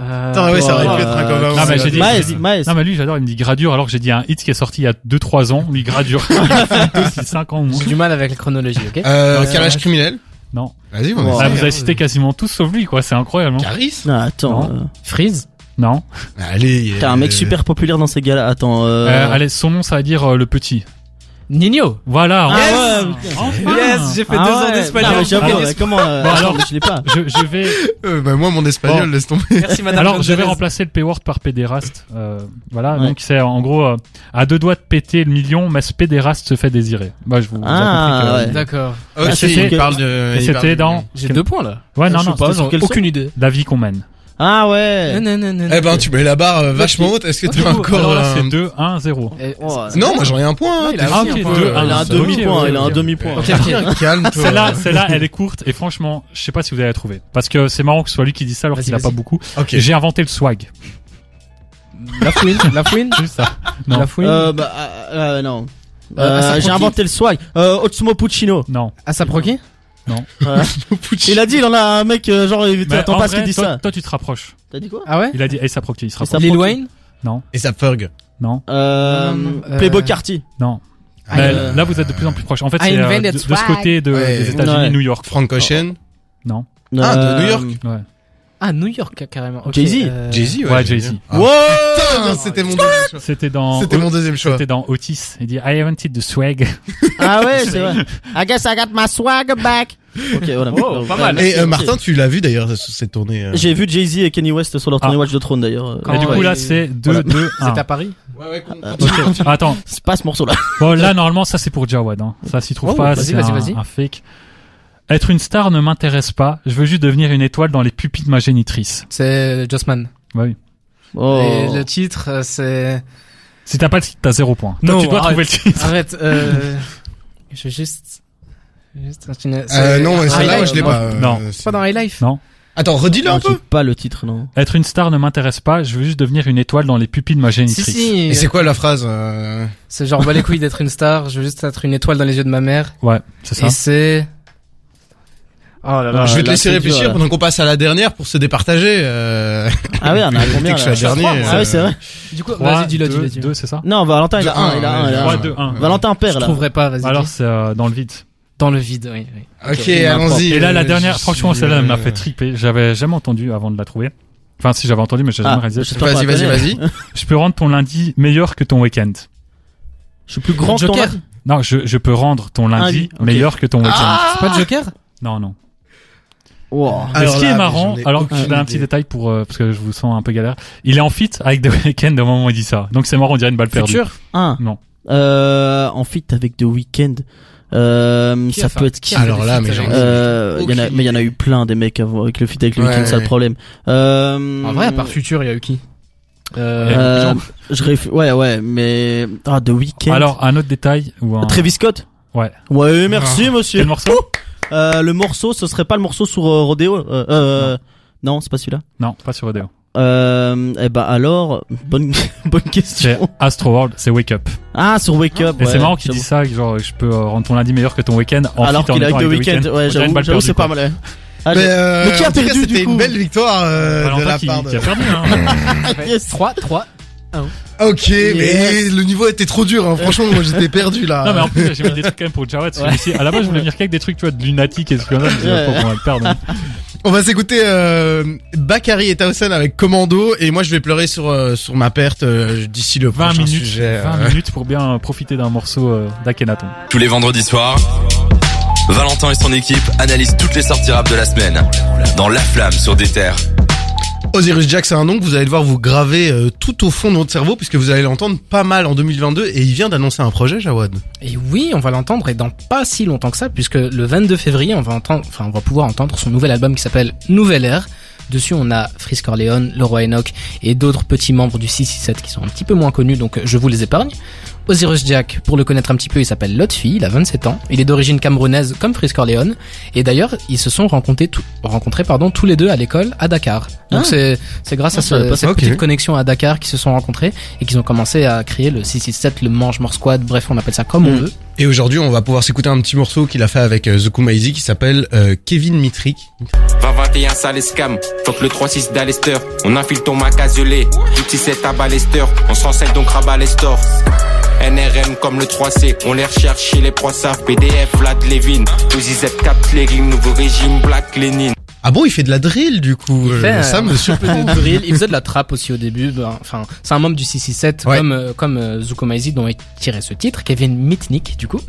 Speaker 3: Euh,
Speaker 2: Attends, Ah ouais, ça aurait pu
Speaker 5: euh,
Speaker 2: être un cover.
Speaker 4: Ah,
Speaker 2: ouais.
Speaker 4: bah, j'ai dit-
Speaker 5: Maes, Maes.
Speaker 4: Non, mais lui, j'adore, il me dit gradure, alors que j'ai dit un hit qui est sorti il y a 2-3 ans. Lui, gradure. Il a fait deux, six, cinq ans au moins.
Speaker 3: J'ai du mal avec la chronologie, ok
Speaker 2: Euh,
Speaker 3: Ouais,
Speaker 2: Kalash
Speaker 3: ouais.
Speaker 2: criminel.
Speaker 4: Non.
Speaker 2: Vas-y,
Speaker 5: Ouais.
Speaker 2: on
Speaker 4: Ah,
Speaker 2: va
Speaker 4: vous avez cité quasiment tous sauf lui, quoi. C'est incroyable. hein.
Speaker 2: Caris.
Speaker 5: Non, attends.
Speaker 4: Non.
Speaker 5: euh,
Speaker 3: Freeze
Speaker 4: Non.
Speaker 2: Allez.
Speaker 5: T'as un mec
Speaker 2: euh,
Speaker 5: super populaire dans ces gars-là. Attends. Euh...
Speaker 4: Euh, allez, son nom, ça veut dire euh, le petit.
Speaker 3: Nino
Speaker 4: Voilà. hein.
Speaker 5: Ah
Speaker 4: enfin.
Speaker 5: ouais, putain.
Speaker 4: Enfin.
Speaker 3: j'ai
Speaker 5: Ah ouais. Non, mais j'avoue, ouais, comment euh,
Speaker 4: Bon, alors-
Speaker 5: attends, mais je l'ai pas.
Speaker 4: Je, je vais.
Speaker 2: Euh, bah, moi, mon espagnol,
Speaker 4: Bon.
Speaker 2: laisse tomber.
Speaker 3: Merci madame.
Speaker 4: Alors, je vais
Speaker 3: Gonzalez.
Speaker 4: remplacer le payword par pédéraste. Euh, voilà.
Speaker 5: Ouais.
Speaker 4: Donc, c'est en gros euh, à deux doigts de péter le million, mais ce pédéraste se fait désirer. Bah, je vous. vous avez
Speaker 5: Ah,
Speaker 4: compris que-
Speaker 5: ouais.
Speaker 3: D'accord.
Speaker 2: Ok,
Speaker 5: c'était-
Speaker 2: il parle de.
Speaker 4: Et
Speaker 2: il
Speaker 4: c'était
Speaker 2: parle de-
Speaker 4: dans.
Speaker 3: J'ai deux points là.
Speaker 4: Ouais, non,
Speaker 5: Ah,
Speaker 4: non.
Speaker 5: Je sais pas,
Speaker 4: c'était
Speaker 5: sur
Speaker 4: sur
Speaker 5: quel
Speaker 3: Aucune idée.
Speaker 4: La vie qu'on mène.
Speaker 5: Ah ouais.
Speaker 3: Non, non, non, non.
Speaker 2: Eh ben, tu mets la barre euh, vachement haute. Est-ce que t'as encore
Speaker 4: Alors là,
Speaker 2: un.
Speaker 4: c'est 2-1-0.
Speaker 3: Eh,
Speaker 5: Oh,
Speaker 2: Non, moi, j'en ai un point. hein.
Speaker 3: Non, il a
Speaker 4: Ah,
Speaker 3: aussi
Speaker 4: ok,
Speaker 3: un point.
Speaker 4: deux,
Speaker 5: Il a un
Speaker 4: Ah,
Speaker 5: demi-point.
Speaker 4: ok,
Speaker 5: il a un
Speaker 4: ok.
Speaker 5: demi-point.
Speaker 3: Ok.
Speaker 2: Tiens, calme, toi.
Speaker 4: Celle-là, celle-là, elle est courte et franchement, je sais pas si vous allez la trouver. Parce que c'est marrant que ce soit lui qui dit ça alors
Speaker 3: Vas-y,
Speaker 4: qu'il a pas
Speaker 3: vas-y.
Speaker 4: beaucoup.
Speaker 2: Ok.
Speaker 4: J'ai inventé le swag.
Speaker 3: La fouine, la fouine,
Speaker 4: Juste ça. Non.
Speaker 3: la fouine.
Speaker 5: Euh, bah, euh, euh, non.
Speaker 3: Euh,
Speaker 5: Euh,
Speaker 3: Asap
Speaker 5: j'ai
Speaker 3: Rocky
Speaker 5: inventé le swag. Euh, Otsmo Puccino.
Speaker 4: Non.
Speaker 3: Asap Rocky
Speaker 4: Non.
Speaker 5: Il a dit, il en a un mec, euh, genre, il
Speaker 4: Mais
Speaker 5: t'attends
Speaker 4: en
Speaker 5: pas à ce
Speaker 4: vrai,
Speaker 5: qu'il dise
Speaker 4: toi,
Speaker 5: ça.
Speaker 4: Toi, tu te rapproches.
Speaker 5: T'as dit quoi
Speaker 3: Ah ouais
Speaker 4: Il a dit Ace Rocky, il se rapproche.
Speaker 5: Approche.
Speaker 3: Lil Wayne
Speaker 4: Non,
Speaker 2: Et ça Ferg.
Speaker 4: non,
Speaker 5: Euh,
Speaker 3: Non, non, non.
Speaker 5: Playboy
Speaker 3: Euh,
Speaker 5: Carty.
Speaker 4: non.
Speaker 3: Ah,
Speaker 4: Mais
Speaker 5: euh,
Speaker 4: Là, vous êtes de plus en plus proche. En fait,
Speaker 3: I
Speaker 4: c'est euh, de,
Speaker 3: invented
Speaker 4: de ce côté de-
Speaker 2: Ouais.
Speaker 4: des États-Unis,
Speaker 5: Ouais.
Speaker 4: New York.
Speaker 2: Frank Ocean.
Speaker 4: Non.
Speaker 2: Ah, de New
Speaker 5: Euh,
Speaker 2: York.
Speaker 4: Ouais.
Speaker 3: Ah, New York carrément. Ok,
Speaker 5: Jay-Z.
Speaker 3: euh,
Speaker 2: Jay-Z, ouais.
Speaker 4: Ouais,
Speaker 2: j'allais
Speaker 4: Jay-Z.
Speaker 2: dire. Ah,
Speaker 5: Wow
Speaker 2: putain, c'était mon deuxième choix.
Speaker 4: C'était dans.
Speaker 2: C'était mon deuxième choix.
Speaker 4: C'était dans Otis. Il dit I invented the swag.
Speaker 5: Ah ouais, c'est vrai.
Speaker 7: I guess I got my swagger back.
Speaker 5: Ok, voilà.
Speaker 4: Oh, pas
Speaker 5: Ouais,
Speaker 4: mal.
Speaker 5: merci,
Speaker 2: Et euh,
Speaker 5: merci.
Speaker 2: Martin, tu l'as vu d'ailleurs, cette tournée. euh.
Speaker 5: J'ai vu Jay-Z et Kanye West sur leur tournée
Speaker 4: Ah.
Speaker 5: Watch the Throne d'ailleurs.
Speaker 4: Et
Speaker 3: Quand-
Speaker 4: du coup, là,
Speaker 3: ouais.
Speaker 4: c'est
Speaker 5: Voilà.
Speaker 4: 2, 2, 1.
Speaker 3: C'est à Paris
Speaker 4: Attends.
Speaker 5: C'est pas ce morceau-là.
Speaker 4: Bon, là, normalement, ça, c'est pour Jawad. Hein. Ça, s'y trouve
Speaker 3: Oh,
Speaker 4: pas.
Speaker 3: vas-y,
Speaker 4: C'est
Speaker 3: vas-y,
Speaker 4: un,
Speaker 3: vas-y.
Speaker 4: un fake. Être une star ne m'intéresse pas. Je veux juste devenir une étoile dans les pupilles de ma génitrice.
Speaker 3: C'est Jossman.
Speaker 4: Bah oui.
Speaker 5: Oh.
Speaker 3: Et le titre, euh, c'est.
Speaker 4: Si t'as pas le titre, t'as zéro point. Toi,
Speaker 3: Non,
Speaker 4: tu dois
Speaker 3: arrête.
Speaker 4: trouver le titre.
Speaker 3: Arrête. Euh... je vais juste. juste continuer.
Speaker 2: Euh,
Speaker 3: C'est-
Speaker 2: non, mais
Speaker 3: High
Speaker 2: celle-là,
Speaker 3: Life,
Speaker 2: je l'ai
Speaker 3: non,
Speaker 2: pas. euh,
Speaker 4: Non.
Speaker 2: c'est-
Speaker 3: C'est pas dans High Life.
Speaker 4: Non.
Speaker 2: Attends, redis-le un
Speaker 5: Non, j'ai
Speaker 2: peu.
Speaker 5: pas le titre, non.
Speaker 4: Être une star ne m'intéresse pas. Je veux juste devenir une étoile dans les pupilles de ma
Speaker 3: Si,
Speaker 4: génitrice.
Speaker 3: si.
Speaker 2: Et c'est quoi la phrase euh,
Speaker 3: C'est genre, bah les couilles d'être une star, je veux juste être une étoile dans les yeux de ma mère.
Speaker 4: Ouais, c'est ça.
Speaker 3: Et c'est. Oh là là.
Speaker 2: Je vais te
Speaker 5: là,
Speaker 2: laisser
Speaker 5: c'est dur,
Speaker 2: réfléchir
Speaker 5: là.
Speaker 2: pendant qu'on passe à la dernière pour se départager. euh,
Speaker 5: Ah ouais, on a combien
Speaker 2: que je suis la
Speaker 5: là
Speaker 2: dernière,
Speaker 5: Ah
Speaker 2: euh,
Speaker 5: ouais, c'est vrai.
Speaker 3: Du coup,
Speaker 4: Trois,
Speaker 3: vas-y, dis-le,
Speaker 4: deux,
Speaker 3: dis-le. dis-le.
Speaker 4: deux, c'est ça
Speaker 5: Non, Valentin, il
Speaker 2: de
Speaker 5: a un, il a un,
Speaker 4: ouais.
Speaker 5: il a un.
Speaker 4: Trois, deux, un.
Speaker 5: Valentin perd
Speaker 3: Je
Speaker 5: là.
Speaker 3: trouverai pas, vas-y.
Speaker 4: Alors,
Speaker 3: dis.
Speaker 4: c'est euh, dans le vide.
Speaker 3: Dans le vide, oui. oui.
Speaker 2: Ok,
Speaker 5: n'importe.
Speaker 2: allons-y.
Speaker 4: Et là, la
Speaker 2: euh,
Speaker 4: dernière,
Speaker 2: je
Speaker 4: franchement,
Speaker 2: suis,
Speaker 4: celle-là elle m'a
Speaker 2: euh,
Speaker 4: fait triper. J'avais jamais entendu avant de la trouver. Enfin, si j'avais entendu, mais j'ai
Speaker 5: Ah,
Speaker 4: jamais réalisé.
Speaker 5: je sais pas.
Speaker 2: Vas-y, vas-y, vas-y.
Speaker 4: Je peux rendre ton lundi meilleur que ton week-end.
Speaker 5: Je suis plus grand que ton
Speaker 3: Joker.
Speaker 5: âge.
Speaker 4: Non, je, je peux rendre ton
Speaker 3: Ah
Speaker 4: lundi
Speaker 5: oui, ok.
Speaker 4: meilleur que ton week-end.
Speaker 3: C'est
Speaker 4: Ah.
Speaker 3: pas Joker
Speaker 4: non, non.
Speaker 5: Wow.
Speaker 4: Mais
Speaker 2: Ah, Alors
Speaker 4: ce qui
Speaker 2: là,
Speaker 4: est
Speaker 2: mais
Speaker 4: marrant,
Speaker 2: j'en ai
Speaker 4: alors
Speaker 2: aucune
Speaker 4: je donne un
Speaker 2: idée.
Speaker 4: petit détail pour euh, parce que je vous sens un peu galère. Il est en fit avec The Weeknd au moment où il dit ça. Donc c'est marrant, on dirait une balle perdue.
Speaker 3: Futur
Speaker 5: Un.
Speaker 4: Non.
Speaker 5: Euh, en fit avec The Weeknd. Euh,
Speaker 3: Qui
Speaker 5: ça
Speaker 3: a fait-
Speaker 5: peut être qui
Speaker 3: qui a fait
Speaker 2: Alors
Speaker 3: des
Speaker 2: là,
Speaker 3: feats
Speaker 2: mais
Speaker 3: avec-
Speaker 2: j'en ai-
Speaker 5: euh, il y en a,
Speaker 2: Aucune
Speaker 5: mais il y en a eu plein des mecs avant- avec le fit avec le
Speaker 2: Ouais,
Speaker 5: weekend, c'est ça
Speaker 2: ouais.
Speaker 5: le problème. Euh,
Speaker 3: En vrai, à
Speaker 4: Mm.
Speaker 3: part Futur, il y a eu qui euh...
Speaker 5: euh, je réfléchis, ouais, ouais, mais, ah, The Weeknd.
Speaker 4: Alors un autre détail ou un.
Speaker 5: Travis Scott?
Speaker 4: Ouais.
Speaker 5: Ouais,
Speaker 2: Ah.
Speaker 5: merci, monsieur.
Speaker 4: Quel morceau
Speaker 5: Euh, le morceau, ce serait pas le morceau sur euh, Rodeo, euh, euh, non, c'est pas celui-là.
Speaker 4: Non, pas sur Odeo.
Speaker 5: Euh, eh ben alors, bonne, bonne
Speaker 4: C'est
Speaker 5: question.
Speaker 4: Astro World, c'est Wake Up.
Speaker 5: Ah, sur Wake Up.
Speaker 4: Et
Speaker 5: ouais,
Speaker 4: c'est marrant qu'il
Speaker 5: j'avoue.
Speaker 4: dit ça, que genre je peux euh, rendre ton lundi meilleur que ton week-end en
Speaker 5: Alors
Speaker 4: fit en
Speaker 5: qu'il a
Speaker 4: étant
Speaker 5: avec The
Speaker 4: avec The
Speaker 5: Weeknd,
Speaker 4: Weeknd.
Speaker 5: ouais,
Speaker 4: On dirait une
Speaker 5: j'avoue,
Speaker 4: balle
Speaker 5: j'avoue,
Speaker 4: perdue,
Speaker 5: c'est
Speaker 4: quoi.
Speaker 5: pas mal. ouais. Ah,
Speaker 2: Mais,
Speaker 5: j'ai-
Speaker 2: euh,
Speaker 5: Mais qui a
Speaker 2: en tout cas,
Speaker 5: perdu, du
Speaker 2: C'était
Speaker 5: coup
Speaker 2: une belle victoire euh, de
Speaker 4: Bah, Valentin
Speaker 2: la
Speaker 4: qui,
Speaker 2: part de.
Speaker 4: qui a perdu. Hein.
Speaker 5: yes.
Speaker 3: 3, 3.
Speaker 2: Ok, mais
Speaker 5: Yes.
Speaker 2: le niveau était trop dur. hein. Franchement, moi j'étais perdu là.
Speaker 4: non mais en plus j'ai mis des trucs quand même pour Jawad. Celui-ci, à la base je voulais venir qu'avec des trucs tu vois de lunatique et tout comme ça. Je me disais,
Speaker 5: Ouais.
Speaker 4: faut qu'on va le perdre. hein.
Speaker 2: On va s'écouter euh, Bakary et Towson avec Commando et moi je vais pleurer sur euh, sur ma perte euh, d'ici le
Speaker 4: 20
Speaker 2: prochain
Speaker 4: minutes,
Speaker 2: sujet. euh.
Speaker 4: 20 minutes pour bien euh, profiter d'un morceau euh, d'Akhenaton.
Speaker 1: Tous les vendredis soirs, Valentin et son équipe analysent toutes les sorties rap de la semaine dans La Flamme sur des terres.
Speaker 2: Osiris Jack, c'est un nom que vous allez devoir vous graver euh, tout au fond de votre cerveau puisque vous allez l'entendre pas mal en 2022 et il vient d'annoncer un projet, Jawad.
Speaker 3: Et oui, on va l'entendre et dans pas si longtemps que ça, puisque le 22 février, on va entendre, enfin, on va pouvoir entendre son nouvel album qui s'appelle Nouvelle Ère. Dessus, on a Frisk Corleone, Leroy Enoch et d'autres petits membres du 667 qui sont un petit peu moins connus, donc euh, je vous les épargne. Osiris Jack, pour le connaître un petit peu, il s'appelle Lotfi, il a 27 ans, il est d'origine camerounaise comme Frisk Corleone, et d'ailleurs, ils se sont rencontrés, tout- rencontrés pardon, tous les deux à l'école à Dakar. Donc
Speaker 5: Ah.
Speaker 3: c'est c'est grâce à
Speaker 5: je savais
Speaker 3: ce-
Speaker 5: pas
Speaker 3: cette
Speaker 2: Ok.
Speaker 3: petite connexion à Dakar qu'ils se sont rencontrés et qu'ils ont commencé à créer le 667, le Mange Mort Squad, bref, on appelle ça comme on
Speaker 5: Mm.
Speaker 3: veut.
Speaker 2: Et aujourd'hui, on va pouvoir s'écouter un petit morceau qu'il a fait avec euh, The Kumaizi qui s'appelle euh, Kevin Mitrik.
Speaker 8: 20-21 sale scam, toque le 3-6 d'Alester, on infile ton mac azelé, du petit 7 à Balester, on s'enseigne donc rabat les stores. NRM comme le 3C, on les recherche chez les proies savent, PDF, Vlad Levin, aux IZ capte les rimes, nouveau régime, Black Lénine.
Speaker 2: Ah bon, il fait de la drill du coup. euh,
Speaker 3: fait,
Speaker 2: ça
Speaker 3: euh,
Speaker 2: me surprend.
Speaker 3: peu de drill. Il faisait de la trappe aussi au début. ben, Enfin, c'est un membre du 667
Speaker 2: Ouais.
Speaker 3: comme euh, comme euh, Zuko Maizi dont est tiré ce titre, Kevin Mitnick du coup,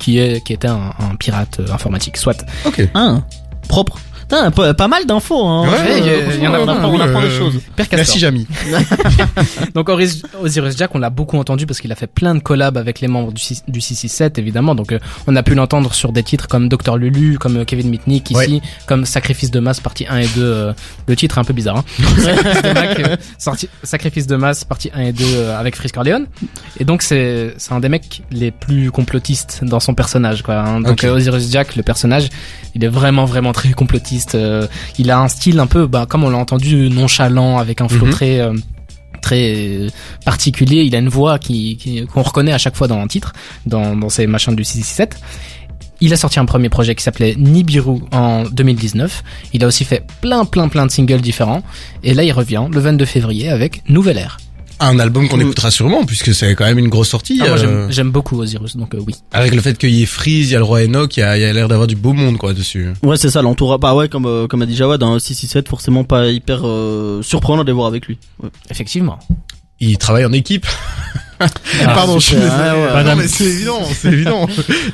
Speaker 3: qui est qui était un, un pirate euh, informatique. Soit.
Speaker 2: Ok.
Speaker 5: Hein, propre. Putain, pas, pas mal d'infos, hein.
Speaker 2: Ouais,
Speaker 5: Euh,
Speaker 3: il y a- il y en a
Speaker 5: on apprend,
Speaker 2: beaucoup,
Speaker 5: on apprend des
Speaker 2: euh,
Speaker 5: choses.
Speaker 3: Père Castor.
Speaker 2: Merci Jamy.
Speaker 3: Donc Oris- Osiris Jack, on l'a beaucoup entendu parce qu'il a fait plein de collabs avec les membres du, 6- du 667 évidemment. Donc euh, on a pu l'entendre sur des titres comme Dr Lulu, comme euh, Kevin Mitnick ici, comme Sacrifice de masse partie 1 et 2. euh, le titre est un peu bizarre. hein. Sacrifice, de Mac, euh, sorti- Sacrifice de masse partie 1 et 2 euh, avec Frisk Corleone. Et donc c'est c'est un des mecs les plus complotistes dans son personnage quoi. hein. Donc
Speaker 2: Ok.
Speaker 3: euh, Osiris Jack, le personnage, il est vraiment vraiment très complotiste. euh, il a un style un peu bah, comme on l'a entendu nonchalant avec un flow
Speaker 2: Mhm.
Speaker 3: très euh, très euh, particulier. Il a une voix qui qui- qu'on reconnaît à chaque fois dans un titre, dans, dans ces machins du 667. Il a sorti un premier projet qui s'appelait Nibiru en 2019. Il a aussi fait plein, plein, plein de singles différents. Et là, il revient le 22 février avec Nouvelle Air.
Speaker 2: Un album qu'on écoutera sûrement, puisque c'est quand même une grosse sortie.
Speaker 3: Ah, moi, j'aime-
Speaker 2: euh,
Speaker 3: j'aime beaucoup Osiris, donc euh, oui.
Speaker 2: avec le fait qu'il y ait Freeze, il y a le roi Enoch, il y a, il y a l'air d'avoir du beau monde quoi dessus.
Speaker 5: Ouais, c'est ça, l'entourage. Bah ouais, comme, euh, comme a dit Jawad, un 667, forcément pas hyper euh, surprenant de les voir avec lui. Ouais.
Speaker 3: Effectivement.
Speaker 2: Il travaille en équipe.
Speaker 3: Ah,
Speaker 2: Pardon, je suis
Speaker 5: super,
Speaker 2: désolé.
Speaker 5: ouais, ouais.
Speaker 2: Non,
Speaker 4: Madame-
Speaker 2: mais c'est évident, c'est évident.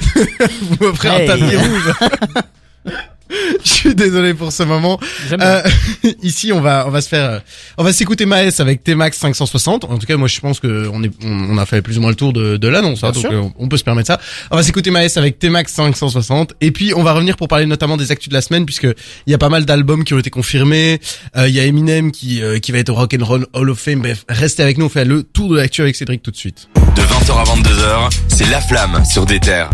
Speaker 2: Vous m'offrez
Speaker 5: Hey.
Speaker 2: un tapis rouge. Je suis désolé pour ce moment.
Speaker 3: J'aime
Speaker 2: Euh, ici, on va, on va se faire, euh, on va s'écouter Maes avec T-Max 560. En tout cas, moi, je pense que on est, on, on a fait plus ou moins le tour de, de l'annonce, hein,
Speaker 3: Bien
Speaker 2: donc
Speaker 3: sûr.
Speaker 2: euh, on peut se permettre ça. On va s'écouter Maes avec T-Max 560. Et puis, on va revenir pour parler notamment des actus de la semaine, puisque il y a pas mal d'albums qui ont été confirmés. Euh, Il y a Eminem qui, euh, qui va être au Rock and Roll Hall of Fame. Bref, restez avec nous. On fait le tour de l'actu avec Cédric tout de suite.
Speaker 1: De 20h à 22h, c'est La Flamme sur des terres.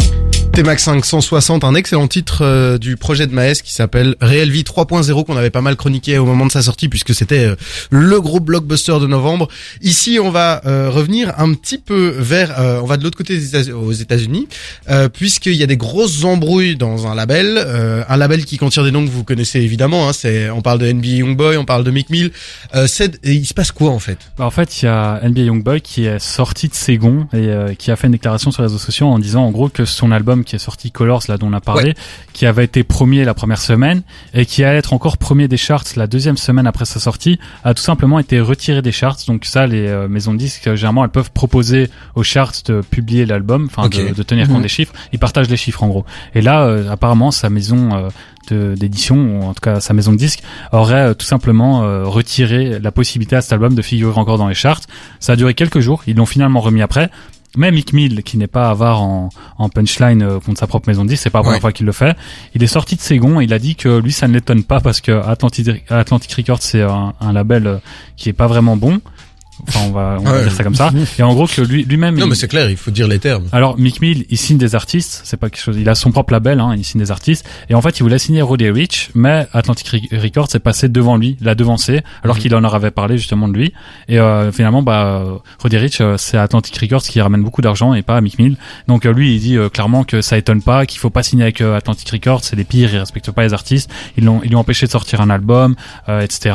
Speaker 2: T-Max 560, un excellent titre euh, du projet de Maes qui s'appelle Réel Vie 3.0 qu'on avait pas mal chroniqué au moment de sa sortie puisque c'était euh, le gros blockbuster de novembre. Ici, on va euh, revenir un petit peu vers, euh, on va de l'autre côté des États- aux États-Unis euh, puisqu'il y a des grosses embrouilles dans un label, euh, un label qui contient des noms que vous connaissez évidemment. Hein, c'est, on parle de NBA Youngboy, on parle de Mick Mill. Euh, c'est, et il se passe quoi en fait
Speaker 4: Bah, en fait, il y a NBA Youngboy qui est sorti de ses gonds et euh, qui a fait une déclaration sur les réseaux sociaux en disant en gros que son album qui est sorti Colors, là dont on a parlé, qui avait été premier la première semaine et qui allait être encore premier des charts la deuxième semaine après sa sortie, a tout simplement été retiré des charts. Donc ça, les euh, maisons de disques, euh, généralement, elles peuvent proposer aux charts de publier l'album, enfin de-
Speaker 2: Ok.
Speaker 4: de, tenir compte
Speaker 3: Mhm.
Speaker 4: des chiffres. Ils partagent les chiffres en gros. Et là, euh, apparemment, sa maison... euh, de- d'édition, ou en tout cas sa maison de disques, aurait euh, tout simplement euh, retiré la possibilité à cet album de figurer encore dans les charts. Ça a duré quelques jours, ils l'ont finalement remis après. Mais Mick Mill, qui n'est pas avare en, en punchline euh, contre sa propre maison de disques, c'est pas la première
Speaker 2: Ouais.
Speaker 4: fois qu'il le fait, il est sorti de ses gonds et il a dit que lui, ça ne l'étonne pas parce que Atlantic, Atlantic Records, c'est un, un label euh, qui est pas vraiment bon. Enfin, on va, on va
Speaker 2: Ouais.
Speaker 4: dire ça comme ça. Et en gros, que lui- lui-même...
Speaker 2: Non
Speaker 4: il-
Speaker 2: mais c'est clair, il faut dire les termes.
Speaker 4: alors, Mick Mill, il signe des artistes, c'est pas quelque chose. Il a son propre label, hein, il signe des artistes. Et en fait, il voulait signer Roddy Rich, mais Atlantic Re- Records est passé devant lui, l'a devancé,
Speaker 2: Mmh.
Speaker 4: alors qu'il en leur avait parlé justement de lui. Et euh, finalement, bah, euh, Roddy Rich, euh, c'est Atlantic Records qui ramène beaucoup d'argent et pas Mick Mill. Donc euh, lui, il dit euh, clairement que ça étonne pas, qu'il faut pas signer avec euh, Atlantic Records, c'est les pires, ils respectent pas les artistes, ils l'ont, ils lui ont empêché de sortir un album, euh, etc.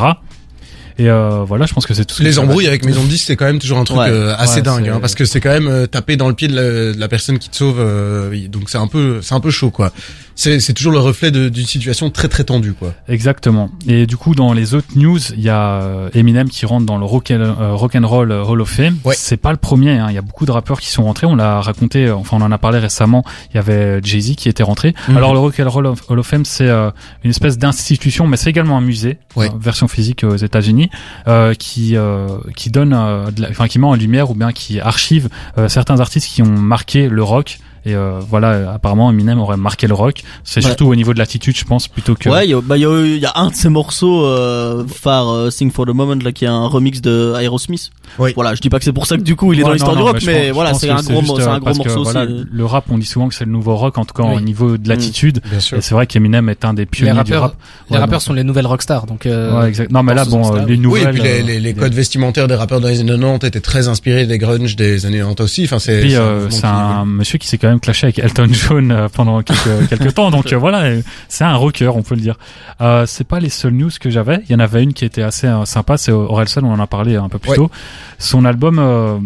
Speaker 4: Et euh, voilà, je pense que c'est tout. ce que
Speaker 2: Les
Speaker 4: ça va.
Speaker 2: embrouilles avec Maison de 10, c'est quand même toujours un truc
Speaker 5: Ouais,
Speaker 2: euh, assez
Speaker 4: ouais,
Speaker 2: dingue,
Speaker 4: c'est-
Speaker 2: hein, parce que c'est quand même euh, taper dans le pied de la, de la personne qui te sauve, euh, donc c'est un peu, c'est un peu chaud, quoi. C'est, c'est toujours le reflet de- d'une situation très très tendue, quoi.
Speaker 4: Exactement. Et du coup, dans les autres news, il y a euh, Eminem qui rentre dans le rock and, euh, rock and roll Hall of Fame.
Speaker 2: Ouais.
Speaker 4: C'est pas le premier. hein. Il y a beaucoup de rappeurs qui sont rentrés. On l'a raconté. euh, Enfin, on en a parlé récemment. Il y avait Jay Z qui était rentré.
Speaker 2: Mhm.
Speaker 4: Alors, le rock and roll Hall of Fame, c'est euh, une espèce d'institution, mais c'est également un musée,
Speaker 2: Ouais.
Speaker 4: euh, version physique aux États-Unis, euh, qui euh, qui donne, euh, de la- enfin, qui met en lumière ou bien qui archive euh, certains artistes qui ont marqué le rock. Et euh, voilà, euh, apparemment Eminem aurait marqué le rock. C'est
Speaker 5: Ouais.
Speaker 4: surtout au niveau de l'attitude, je pense, plutôt que
Speaker 5: Ouais, il y, a- bah, il y a- il y a un de ces morceaux euh, phare euh, Sing for the Moment là qui est un remix de Aerosmith.
Speaker 2: Oui.
Speaker 5: Voilà, je dis pas que c'est pour ça que du coup il est
Speaker 4: Ouais,
Speaker 5: dans l'histoire
Speaker 4: non,
Speaker 5: du
Speaker 4: non,
Speaker 5: rock,
Speaker 4: je
Speaker 5: mais,
Speaker 4: pense- je
Speaker 5: voilà,
Speaker 4: pense
Speaker 5: c'est
Speaker 4: que
Speaker 5: un gros,
Speaker 4: juste,
Speaker 5: mo- c'est
Speaker 4: euh,
Speaker 5: un gros
Speaker 4: parce que,
Speaker 5: morceau aussi. Mm.
Speaker 4: voilà,
Speaker 5: euh.
Speaker 4: le rap, on dit souvent que c'est le nouveau rock, en tout cas au
Speaker 3: Oui.
Speaker 4: niveau de l'attitude.
Speaker 2: Bien sûr.
Speaker 4: Et c'est vrai qu'Eminem est un des pionniers
Speaker 3: les
Speaker 4: du
Speaker 3: rappeurs,
Speaker 4: rap.
Speaker 3: euh, les
Speaker 4: Ouais,
Speaker 3: rappeurs
Speaker 4: donc-
Speaker 3: sont les nouvelles rockstars, donc euh,
Speaker 4: Ouais, exact. Non, mais là,
Speaker 3: dans ce
Speaker 4: bon,
Speaker 3: sens-là,
Speaker 4: euh,
Speaker 3: oui.
Speaker 4: les nouvelles.
Speaker 2: oui, et puis les, les, les
Speaker 4: euh,
Speaker 2: codes vestimentaires des rappeurs dans les années 90 étaient très inspirés des grunge des années 90 aussi. Enfin, c'est.
Speaker 4: Et puis,
Speaker 2: c'est un
Speaker 4: euh,
Speaker 2: mouvement
Speaker 4: c'est
Speaker 2: qui-
Speaker 4: un monsieur qui s'est quand même clashé avec Elton John euh, pendant quelques, quelques temps. Donc euh, voilà, euh, c'est un rocker, on peut le dire. Euh, c'est pas les seules news que j'avais. Il y en avait une qui était assez euh, sympa, c'est Orelsan, on en a parlé euh, un peu plus
Speaker 2: Ouais.
Speaker 4: tôt. Son album, euh,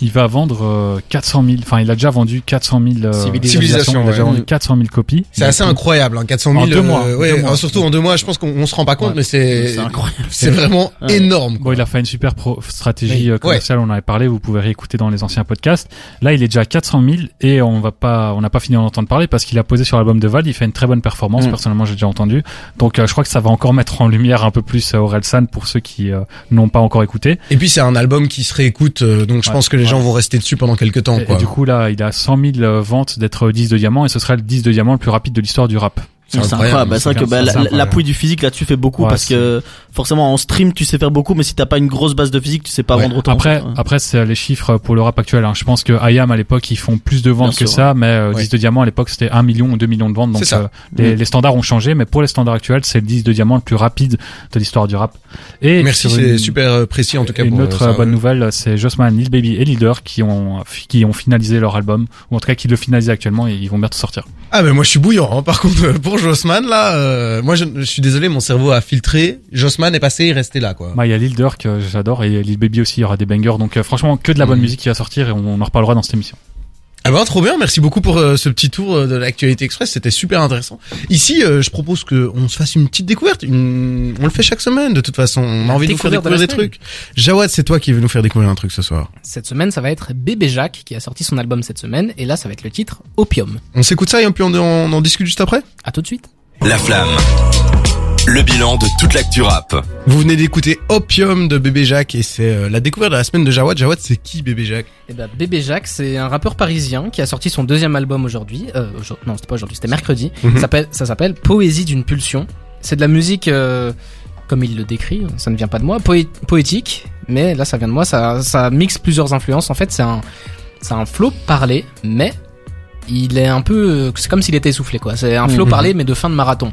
Speaker 4: il va vendre euh, 400 000, enfin il a déjà vendu 400 000 euh,
Speaker 3: Civilisation,
Speaker 4: il a déjà
Speaker 2: ouais.
Speaker 4: vendu 400 000 copies.
Speaker 2: C'est assez incroyable, hein, 400 000.
Speaker 4: En deux
Speaker 2: euh,
Speaker 4: mois,
Speaker 2: ouais,
Speaker 4: deux mois.
Speaker 2: hein, surtout en deux mois, je pense qu'on on se rend pas compte,
Speaker 4: Ouais.
Speaker 2: mais c'est,
Speaker 5: C'est incroyable.
Speaker 2: c'est vraiment
Speaker 5: Ouais.
Speaker 2: énorme.
Speaker 4: Bon, il a fait une super pro- stratégie euh,
Speaker 2: Ouais.
Speaker 4: commerciale, on en avait parlé, vous pouvez réécouter dans les anciens podcasts. Là, il est déjà à 400 000 et on va pas, on n'a pas fini d'en entendre parler parce qu'il a posé sur l'album de Val, il fait une très bonne performance,
Speaker 5: Mm.
Speaker 4: personnellement j'ai déjà entendu. Donc euh, je crois que ça va encore mettre en lumière un peu plus euh, Orelsan pour ceux qui euh, n'ont pas encore écouté.
Speaker 2: Et puis c'est un album qui se réécoute, euh, donc je
Speaker 4: Ouais,
Speaker 2: pense que les
Speaker 4: ouais.
Speaker 2: gens vont rester dessus pendant quelques temps,
Speaker 4: Et, et
Speaker 2: quoi.
Speaker 4: du coup là, il a 100 000 euh, ventes d'être 10 de diamant et ce sera le 10 de diamant le plus rapide de l'histoire du rap.
Speaker 5: C'est incroyable. Bah, c'est vrai que
Speaker 4: C'est
Speaker 5: bah, la-
Speaker 4: incroyable.
Speaker 5: l'appui du physique là-dessus fait beaucoup
Speaker 4: Ouais,
Speaker 5: parce que forcément en stream tu sais faire beaucoup, mais si t'as pas une grosse base de physique, tu sais pas
Speaker 2: Ouais.
Speaker 5: vendre autant.
Speaker 4: Après,
Speaker 5: Ouais.
Speaker 4: après c'est les chiffres pour le rap actuel. hein. Je pense que IAM à l'époque ils font plus de ventes que
Speaker 5: Bien sûr,
Speaker 4: ça, mais euh,
Speaker 2: Oui.
Speaker 4: 10 de diamant à l'époque c'était 1 million ou 2 millions de ventes. Donc
Speaker 2: C'est ça.
Speaker 4: euh, les,
Speaker 5: Mm.
Speaker 4: les standards ont changé, mais pour les standards actuels c'est le 10 de diamant le plus rapide de l'histoire du rap. Et
Speaker 2: Merci,
Speaker 4: sur
Speaker 2: c'est
Speaker 4: une-
Speaker 2: super euh, précis en tout cas.
Speaker 4: Une
Speaker 2: pour, euh,
Speaker 4: autre
Speaker 2: ça.
Speaker 4: euh, bonne nouvelle, c'est Jossman, Lil Baby et Leader qui ont qui ont finalisé leur album, ou en tout cas qui le finalisent actuellement et ils vont bientôt sortir.
Speaker 2: Ah mais moi je suis bouillant. hein. Par contre euh, pour Jossman là, euh, moi je, je suis désolé, mon cerveau a filtré. Jossman est passé, il est resté là quoi.
Speaker 4: Bah, il y a Lil Durk que j'adore et Lil Baby aussi, il y aura des bangers. Donc euh, franchement, que de la bonne
Speaker 2: Mm.
Speaker 4: musique qui va sortir et on, on en reparlera dans cette émission.
Speaker 2: Ah ben trop bien, merci beaucoup pour euh, ce petit tour euh, de l'actualité express, c'était super intéressant. Ici, euh, je propose que on se fasse une petite découverte. Une... On le fait chaque semaine de toute façon. On a envie de vous faire
Speaker 3: découverte de la
Speaker 2: découvrir des
Speaker 3: semaine.
Speaker 2: trucs. Jawad, c'est toi qui veux nous faire découvrir un truc ce soir.
Speaker 3: Cette semaine, ça va être Bébé Jacques qui a sorti son album cette semaine et là, ça va être le titre Opium.
Speaker 2: On s'écoute ça et puis on, on en discute juste après.
Speaker 3: À tout de suite.
Speaker 1: La flamme. Le bilan de toute l'actu rap.
Speaker 2: Vous venez d'écouter Opium de Bébé Jacques et c'est euh, la découverte de la semaine de Jawad. Jawad, c'est qui Bébé Jacques
Speaker 3: Et ben, Bébé Jacques, c'est un rappeur parisien qui a sorti son deuxième album aujourd'hui. Euh, aujourd- non, c'était pas aujourd'hui, c'était mercredi.
Speaker 2: Mhm.
Speaker 3: Ça s'appelle- Ça s'appelle Poésie d'une pulsion. C'est de la musique, euh, comme il le décrit, ça ne vient pas de moi, poé- poétique, mais là ça vient de moi, ça, ça mixe plusieurs influences. En fait, c'est un, c'est un flow parlé, mais il est un peu, euh, c'est comme s'il était essoufflé quoi. C'est un flow
Speaker 5: Mhm.
Speaker 3: parlé, mais de fin de marathon.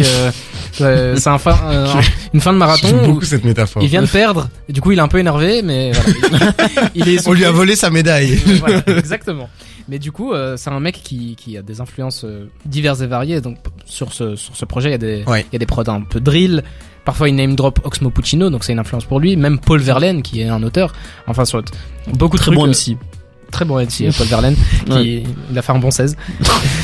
Speaker 3: euh, euh, c'est un fin, euh, un- une fin de marathon.
Speaker 2: J'aime
Speaker 3: où
Speaker 2: beaucoup cette métaphore.
Speaker 3: Il vient de perdre, et du coup il est un peu énervé, mais voilà. il est
Speaker 2: On lui a
Speaker 3: essoufflé.
Speaker 2: volé sa médaille.
Speaker 3: Voilà, exactement. Mais du coup, euh, c'est un mec qui, qui a des influences euh, diverses et variées. Donc p- sur ce sur ce projet, il y a des
Speaker 2: Ouais.
Speaker 3: il y a des prods un peu drill. Parfois, il name drop Oxmo Puccino, donc c'est une influence pour lui. Même Paul Verlaine, qui est un auteur. Enfin, soit beaucoup de
Speaker 5: Très
Speaker 3: trucs,
Speaker 5: bon
Speaker 3: euh,
Speaker 5: MC.
Speaker 3: très bon MC, euh, Paul Verlaine, qui
Speaker 5: Ouais.
Speaker 3: il a fait un bon 16.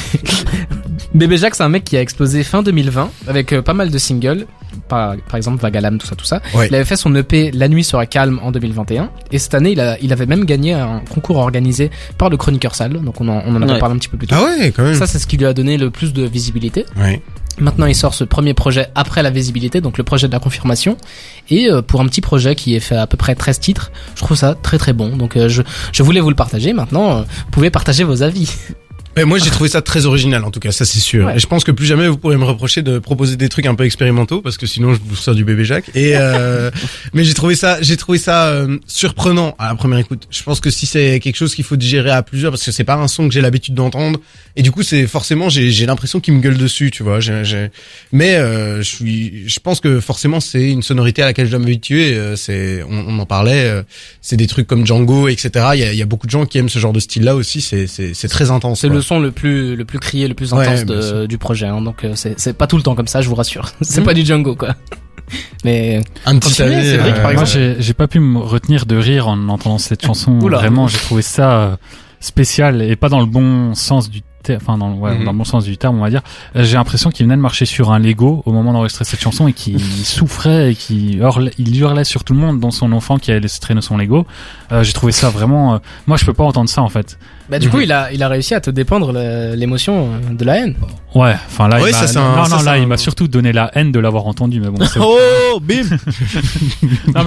Speaker 3: Bébé Jacques, c'est un mec qui a explosé fin 2020 avec euh, pas mal de singles, par, par exemple Vagalam, tout ça, tout ça.
Speaker 2: Ouais.
Speaker 3: Il avait fait son EP La nuit sera calme en 2021 et cette année, il, a- il avait même gagné un concours organisé par le Chroniqueur Sale, donc on en, on en a
Speaker 5: Ouais.
Speaker 3: parlé un petit peu plus tôt.
Speaker 2: Ah ouais, quand même.
Speaker 3: Ça, c'est ce qui lui a donné le plus de visibilité.
Speaker 2: ouais.
Speaker 3: Maintenant, il sort ce premier projet après la visibilité, donc le projet de la confirmation. Et euh, pour un petit projet qui est fait à peu près 13 titres, je trouve ça très très bon. Donc euh, je, je voulais vous le partager. Maintenant, euh, vous pouvez partager vos avis.
Speaker 2: Mais moi j'ai trouvé ça très original en tout cas, ça c'est sûr.
Speaker 3: Ouais.
Speaker 2: Et je pense que plus jamais vous pourrez me reprocher de proposer des trucs un peu expérimentaux parce que sinon je vous sors du bébé Jacques. Et euh, mais j'ai trouvé ça, j'ai trouvé ça euh, surprenant à la première écoute. Je pense que si c'est quelque chose qu'il faut digérer à plusieurs parce que c'est pas un son que j'ai l'habitude d'entendre et du coup c'est forcément j'ai j'ai l'impression qu'il me gueule dessus, tu vois. J'ai- j'ai- Mais euh, je suis, je pense que forcément c'est une sonorité à laquelle je dois m'habituer. Euh, C'est, on, on en parlait. euh, c'est des trucs comme Django, etc. Il y a, il y a beaucoup de gens qui aiment ce genre de style-là aussi. C'est c'est c'est très intense.
Speaker 3: C'est
Speaker 2: quoi.
Speaker 3: le son le plus le plus crié, le plus
Speaker 2: Ouais,
Speaker 3: intense
Speaker 2: bien
Speaker 3: de-
Speaker 2: sûr.
Speaker 3: du projet. hein. donc euh, c'est c'est pas tout le temps comme ça, je vous rassure. c'est pas du Django quoi. Mais
Speaker 2: Un petit
Speaker 3: Continuez,
Speaker 2: avis,
Speaker 3: Cédric,
Speaker 2: euh,
Speaker 3: par
Speaker 4: Moi,
Speaker 3: exemple.
Speaker 4: j'ai j'ai pas pu me retenir de rire en entendant cette chanson.
Speaker 3: Oula.
Speaker 4: Vraiment, j'ai trouvé ça euh, spécial et pas dans le bon sens du terme. Enfin, dans, le- ouais,
Speaker 2: Mhm.
Speaker 4: dans le bon sens du terme, on va dire. Euh, J'ai l'impression qu'il venait de marcher sur un Lego au moment d'enregistrer cette chanson et qu'il il souffrait et qu'il hurlait, il hurlait sur tout le monde, dont son enfant qui allait laissé traîner son Lego. Euh, j'ai trouvé ça vraiment. euh, moi, je peux pas entendre ça en fait.
Speaker 3: bah du coup,
Speaker 2: Mhm.
Speaker 3: il a il a réussi à te dépendre le- l'émotion euh, de la haine.
Speaker 4: Ouais. Enfin là,
Speaker 2: Ouais,
Speaker 4: il m'a-
Speaker 2: ça, c'est un-
Speaker 4: non,
Speaker 2: ça,
Speaker 4: non,
Speaker 2: c'est
Speaker 4: là,
Speaker 2: un-
Speaker 4: il m'a surtout donné la haine de l'avoir entendu. Mais bon, c'est- non,
Speaker 5: Oh, bim
Speaker 4: mais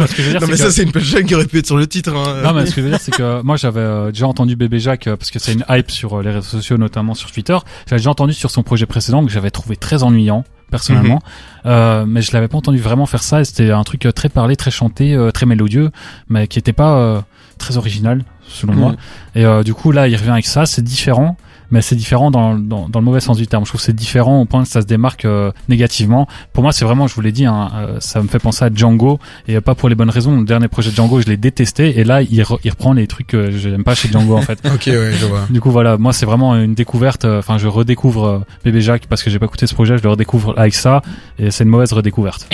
Speaker 4: ce que je veux dire,
Speaker 2: Non mais
Speaker 4: c'est que-
Speaker 2: ça c'est une punchline qui aurait pu être sur le titre. Hein.
Speaker 4: Non, mais ce que je veux dire, c'est que moi, j'avais euh, déjà entendu Bébé Jacques, euh, parce que c'est une hype sur euh, les réseaux sociaux, notamment sur Twitter. J'avais déjà entendu sur son projet précédent que j'avais trouvé très ennuyant, personnellement. Euh, mais je l'avais pas entendu vraiment faire ça. et C'était un truc euh, très parlé, très chanté, euh, très mélodieux, mais qui était pas euh, très original, selon moi. Et euh, du coup, là, il revient avec ça. C'est différent. Mais c'est différent dans, dans, dans le mauvais sens du terme. Je trouve que c'est différent au point que ça se démarque euh, négativement. Pour moi, c'est vraiment, je vous l'ai dit, hein, euh, ça me fait penser à Django, et euh, pas pour les bonnes raisons. Le dernier projet de Django, je l'ai détesté, et là, il, re- il reprend les trucs que je n'aime pas chez Django, en fait.
Speaker 2: Ok ouais je vois.
Speaker 4: Du coup, voilà, moi, c'est vraiment une découverte. euh, Enfin, je redécouvre euh, Bébé Jacques parce que j'ai pas écouté ce projet, je le redécouvre avec ça, et c'est une mauvaise redécouverte.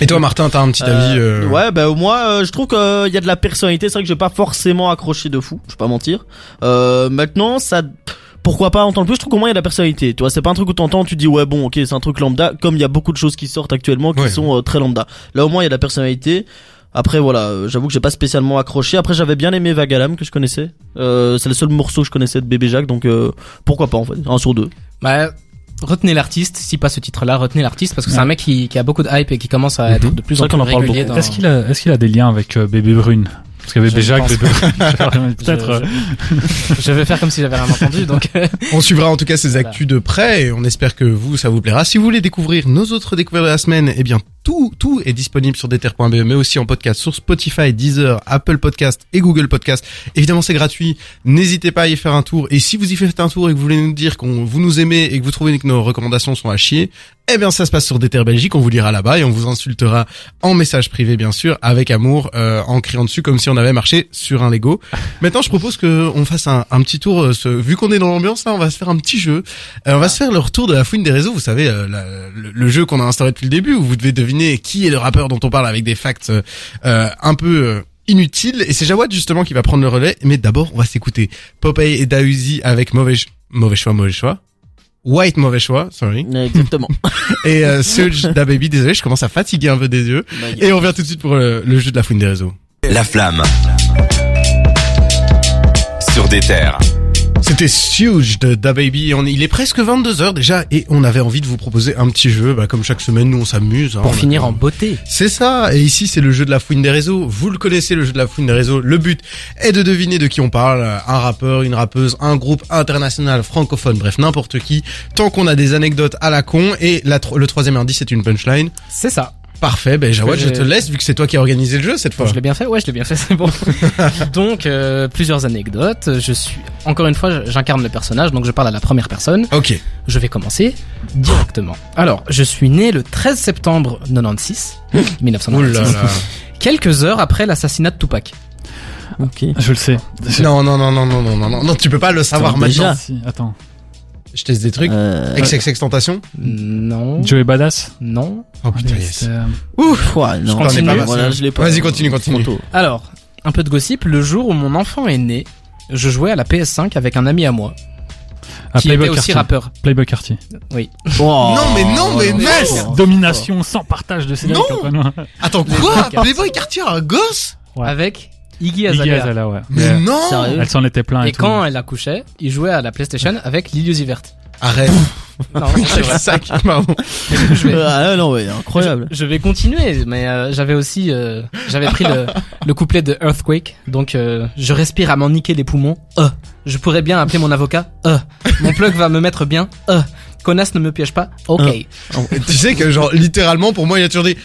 Speaker 2: Et toi Martin t'as un petit avis
Speaker 5: Euh,
Speaker 2: euh,
Speaker 5: Ouais, bah moi, euh, je trouve qu'il y a de la personnalité. C'est vrai que j'ai pas forcément accroché de fou. Je vais pas mentir. Euh, maintenant, ça. Pourquoi pas entendre plus Je trouve qu'au moins il y a de la personnalité. Tu vois, c'est pas un truc où t'entends, tu dis ouais bon, ok, c'est un truc lambda. Comme il y a beaucoup de choses qui sortent actuellement qui
Speaker 2: Ouais.
Speaker 5: sont euh, très lambda. Là au moins il y a de la personnalité. Après voilà, euh, j'avoue que j'ai pas spécialement accroché. Après j'avais bien aimé Vagalam que je connaissais. Euh, c'est le seul morceau que je connaissais de Bébé Jacques, donc euh, pourquoi pas en fait, un sur deux.
Speaker 3: Bah, retenez l'artiste, si pas ce titre-là, retenez l'artiste parce que c'est
Speaker 4: Ouais.
Speaker 3: un mec qui, qui a beaucoup de hype et qui commence à être de plus
Speaker 5: Mhm. C'est
Speaker 3: en plus
Speaker 5: vrai qu'on en parle
Speaker 3: régulier
Speaker 5: beaucoup.
Speaker 3: dans-
Speaker 4: Est-ce qu'il a, est-ce qu'il a des liens avec euh, Bébé Brune Parce qu'il y avait
Speaker 3: Je
Speaker 4: déjà
Speaker 3: pense.
Speaker 4: que peut-être. euh,
Speaker 3: Je- je- je vais faire comme si j'avais rien entendu, donc euh,
Speaker 2: On suivra en tout cas ces
Speaker 3: Voilà.
Speaker 2: actus de près et on espère que vous, ça vous plaira. Si vous voulez découvrir nos autres découvertes de la semaine, eh bien tout, tout est disponible sur déter.be E, mais aussi en podcast sur Spotify, Deezer, Apple Podcast et Google Podcast. Évidemment, c'est gratuit. N'hésitez pas à y faire un tour. Et si vous y faites un tour et que vous voulez nous dire qu'on vous nous aimez et que vous trouvez que nos recommandations sont à chier, eh bien ça se passe sur Déter Belgique. On vous lira là-bas et on vous insultera en message privé, bien sûr, avec amour, euh, en criant dessus comme si on avait marché sur un Lego. Maintenant, je propose que on fasse un, un petit tour. euh, ce- vu qu'on est dans l'ambiance, là, on va se faire un petit jeu. Euh, on va se faire le retour de la fouine des réseaux. Vous savez, euh, la- le, le jeu qu'on a instauré depuis le début, où vous devez deviner qui est le rappeur dont on parle avec des facts euh, euh, un peu euh, inutiles. Et c'est Jawad justement qui va prendre le relais. Mais d'abord, on va s'écouter Popeye et Dahuzi avec mauvais ch- mauvais choix, mauvais choix. White mauvais choix, sorry.
Speaker 5: Exactement.
Speaker 2: Et euh, Surge Da Baby, désolé, je commence à fatiguer un peu des yeux. Et on revient tout de suite pour le, le jeu de la fouine des réseaux.
Speaker 1: La flamme. Sur des terres.
Speaker 2: C'était Huge de Da Baby. On, il est presque 22h déjà et on avait envie de vous proposer un petit jeu. Bah, comme chaque semaine, nous on s'amuse. hein.
Speaker 3: pour
Speaker 5: Oh,
Speaker 2: On a-
Speaker 3: finir en beauté.
Speaker 2: C'est ça. Et ici, c'est le jeu de la fouine des réseaux. Vous le connaissez, le jeu de la fouine des réseaux. Le but est de deviner de qui on parle. Un rappeur, une rappeuse, un groupe international, francophone, bref, n'importe qui. Tant qu'on a des anecdotes à la con. Et la tro- le troisième indice, c'est une punchline.
Speaker 3: C'est ça.
Speaker 2: Parfait. Ben, Jawad, je
Speaker 3: j'ai-
Speaker 2: te laisse vu que c'est toi qui as organisé le jeu cette fois.
Speaker 3: Je l'ai bien fait, ouais, je l'ai bien fait, c'est bon. donc euh, plusieurs anecdotes. Je suis encore une fois, j'incarne le personnage, donc je parle à la première personne.
Speaker 2: Ok.
Speaker 3: Je vais commencer directement. Alors, je suis né le 13 septembre 96, 1996.
Speaker 2: Oulala.
Speaker 3: Quelques heures après l'assassinat de Tupac.
Speaker 5: Ok.
Speaker 4: Je le sais.
Speaker 2: Non, non, non, non, non, non, non, non, non, tu peux pas le savoir
Speaker 5: Attends,
Speaker 2: maintenant.
Speaker 5: déjà.
Speaker 4: Si, Attends.
Speaker 2: Je teste des trucs.
Speaker 5: Euh,
Speaker 2: XXX Tentation.
Speaker 3: Non.
Speaker 4: Joey Badass.
Speaker 3: Non.
Speaker 2: Oh putain,
Speaker 4: Allez,
Speaker 2: yes.
Speaker 4: c'est, euh,
Speaker 5: ouf, ouais, non.
Speaker 2: continue.
Speaker 5: Voilà, je l'ai pas.
Speaker 2: Vas-y, continue, continue.
Speaker 5: Trop tôt.
Speaker 3: Alors, un peu de gossip. Le jour où mon enfant est né, je jouais à la PS5 avec un ami à moi
Speaker 4: ah,
Speaker 3: qui était
Speaker 4: Playboy
Speaker 3: aussi
Speaker 4: Carty.
Speaker 3: rappeur.
Speaker 4: Playboy Carty.
Speaker 5: Oh,
Speaker 2: Non, mais non, mais mince.
Speaker 5: d'accord.
Speaker 4: Domination sans partage de Cédric
Speaker 2: Non.
Speaker 4: Antoine.
Speaker 2: Attends,
Speaker 3: Les
Speaker 2: quoi
Speaker 3: podcasts.
Speaker 2: Playboy Cartier a un gosse
Speaker 4: Ouais.
Speaker 3: Avec Iggy
Speaker 4: Iggy
Speaker 3: Azalea. Mm. Oh.
Speaker 4: Azalea, ouais.
Speaker 2: Mais
Speaker 4: Ouais.
Speaker 2: non
Speaker 5: Sérieux
Speaker 4: Elle s'en était plein et,
Speaker 3: Et
Speaker 4: tout.
Speaker 3: quand euh, elle accouchait, il jouait à la PlayStation avec Lil Uzi Vert.
Speaker 2: Arrête.
Speaker 3: Non, c'est vrai.
Speaker 2: sac, pardon.
Speaker 3: Je vais-
Speaker 5: Ah non, ouais, incroyable.
Speaker 3: Je, je vais continuer, mais euh, j'avais aussi, euh, j'avais pris le, le couplet de Earthquake, donc euh, je respire à m'en niquer les poumons. Euh, je pourrais bien appeler mon avocat. Euh, mon plug va me mettre bien. Euh, connasse ne me piège pas. Ok.
Speaker 5: Hein.
Speaker 2: tu sais que genre littéralement pour moi il a toujours dit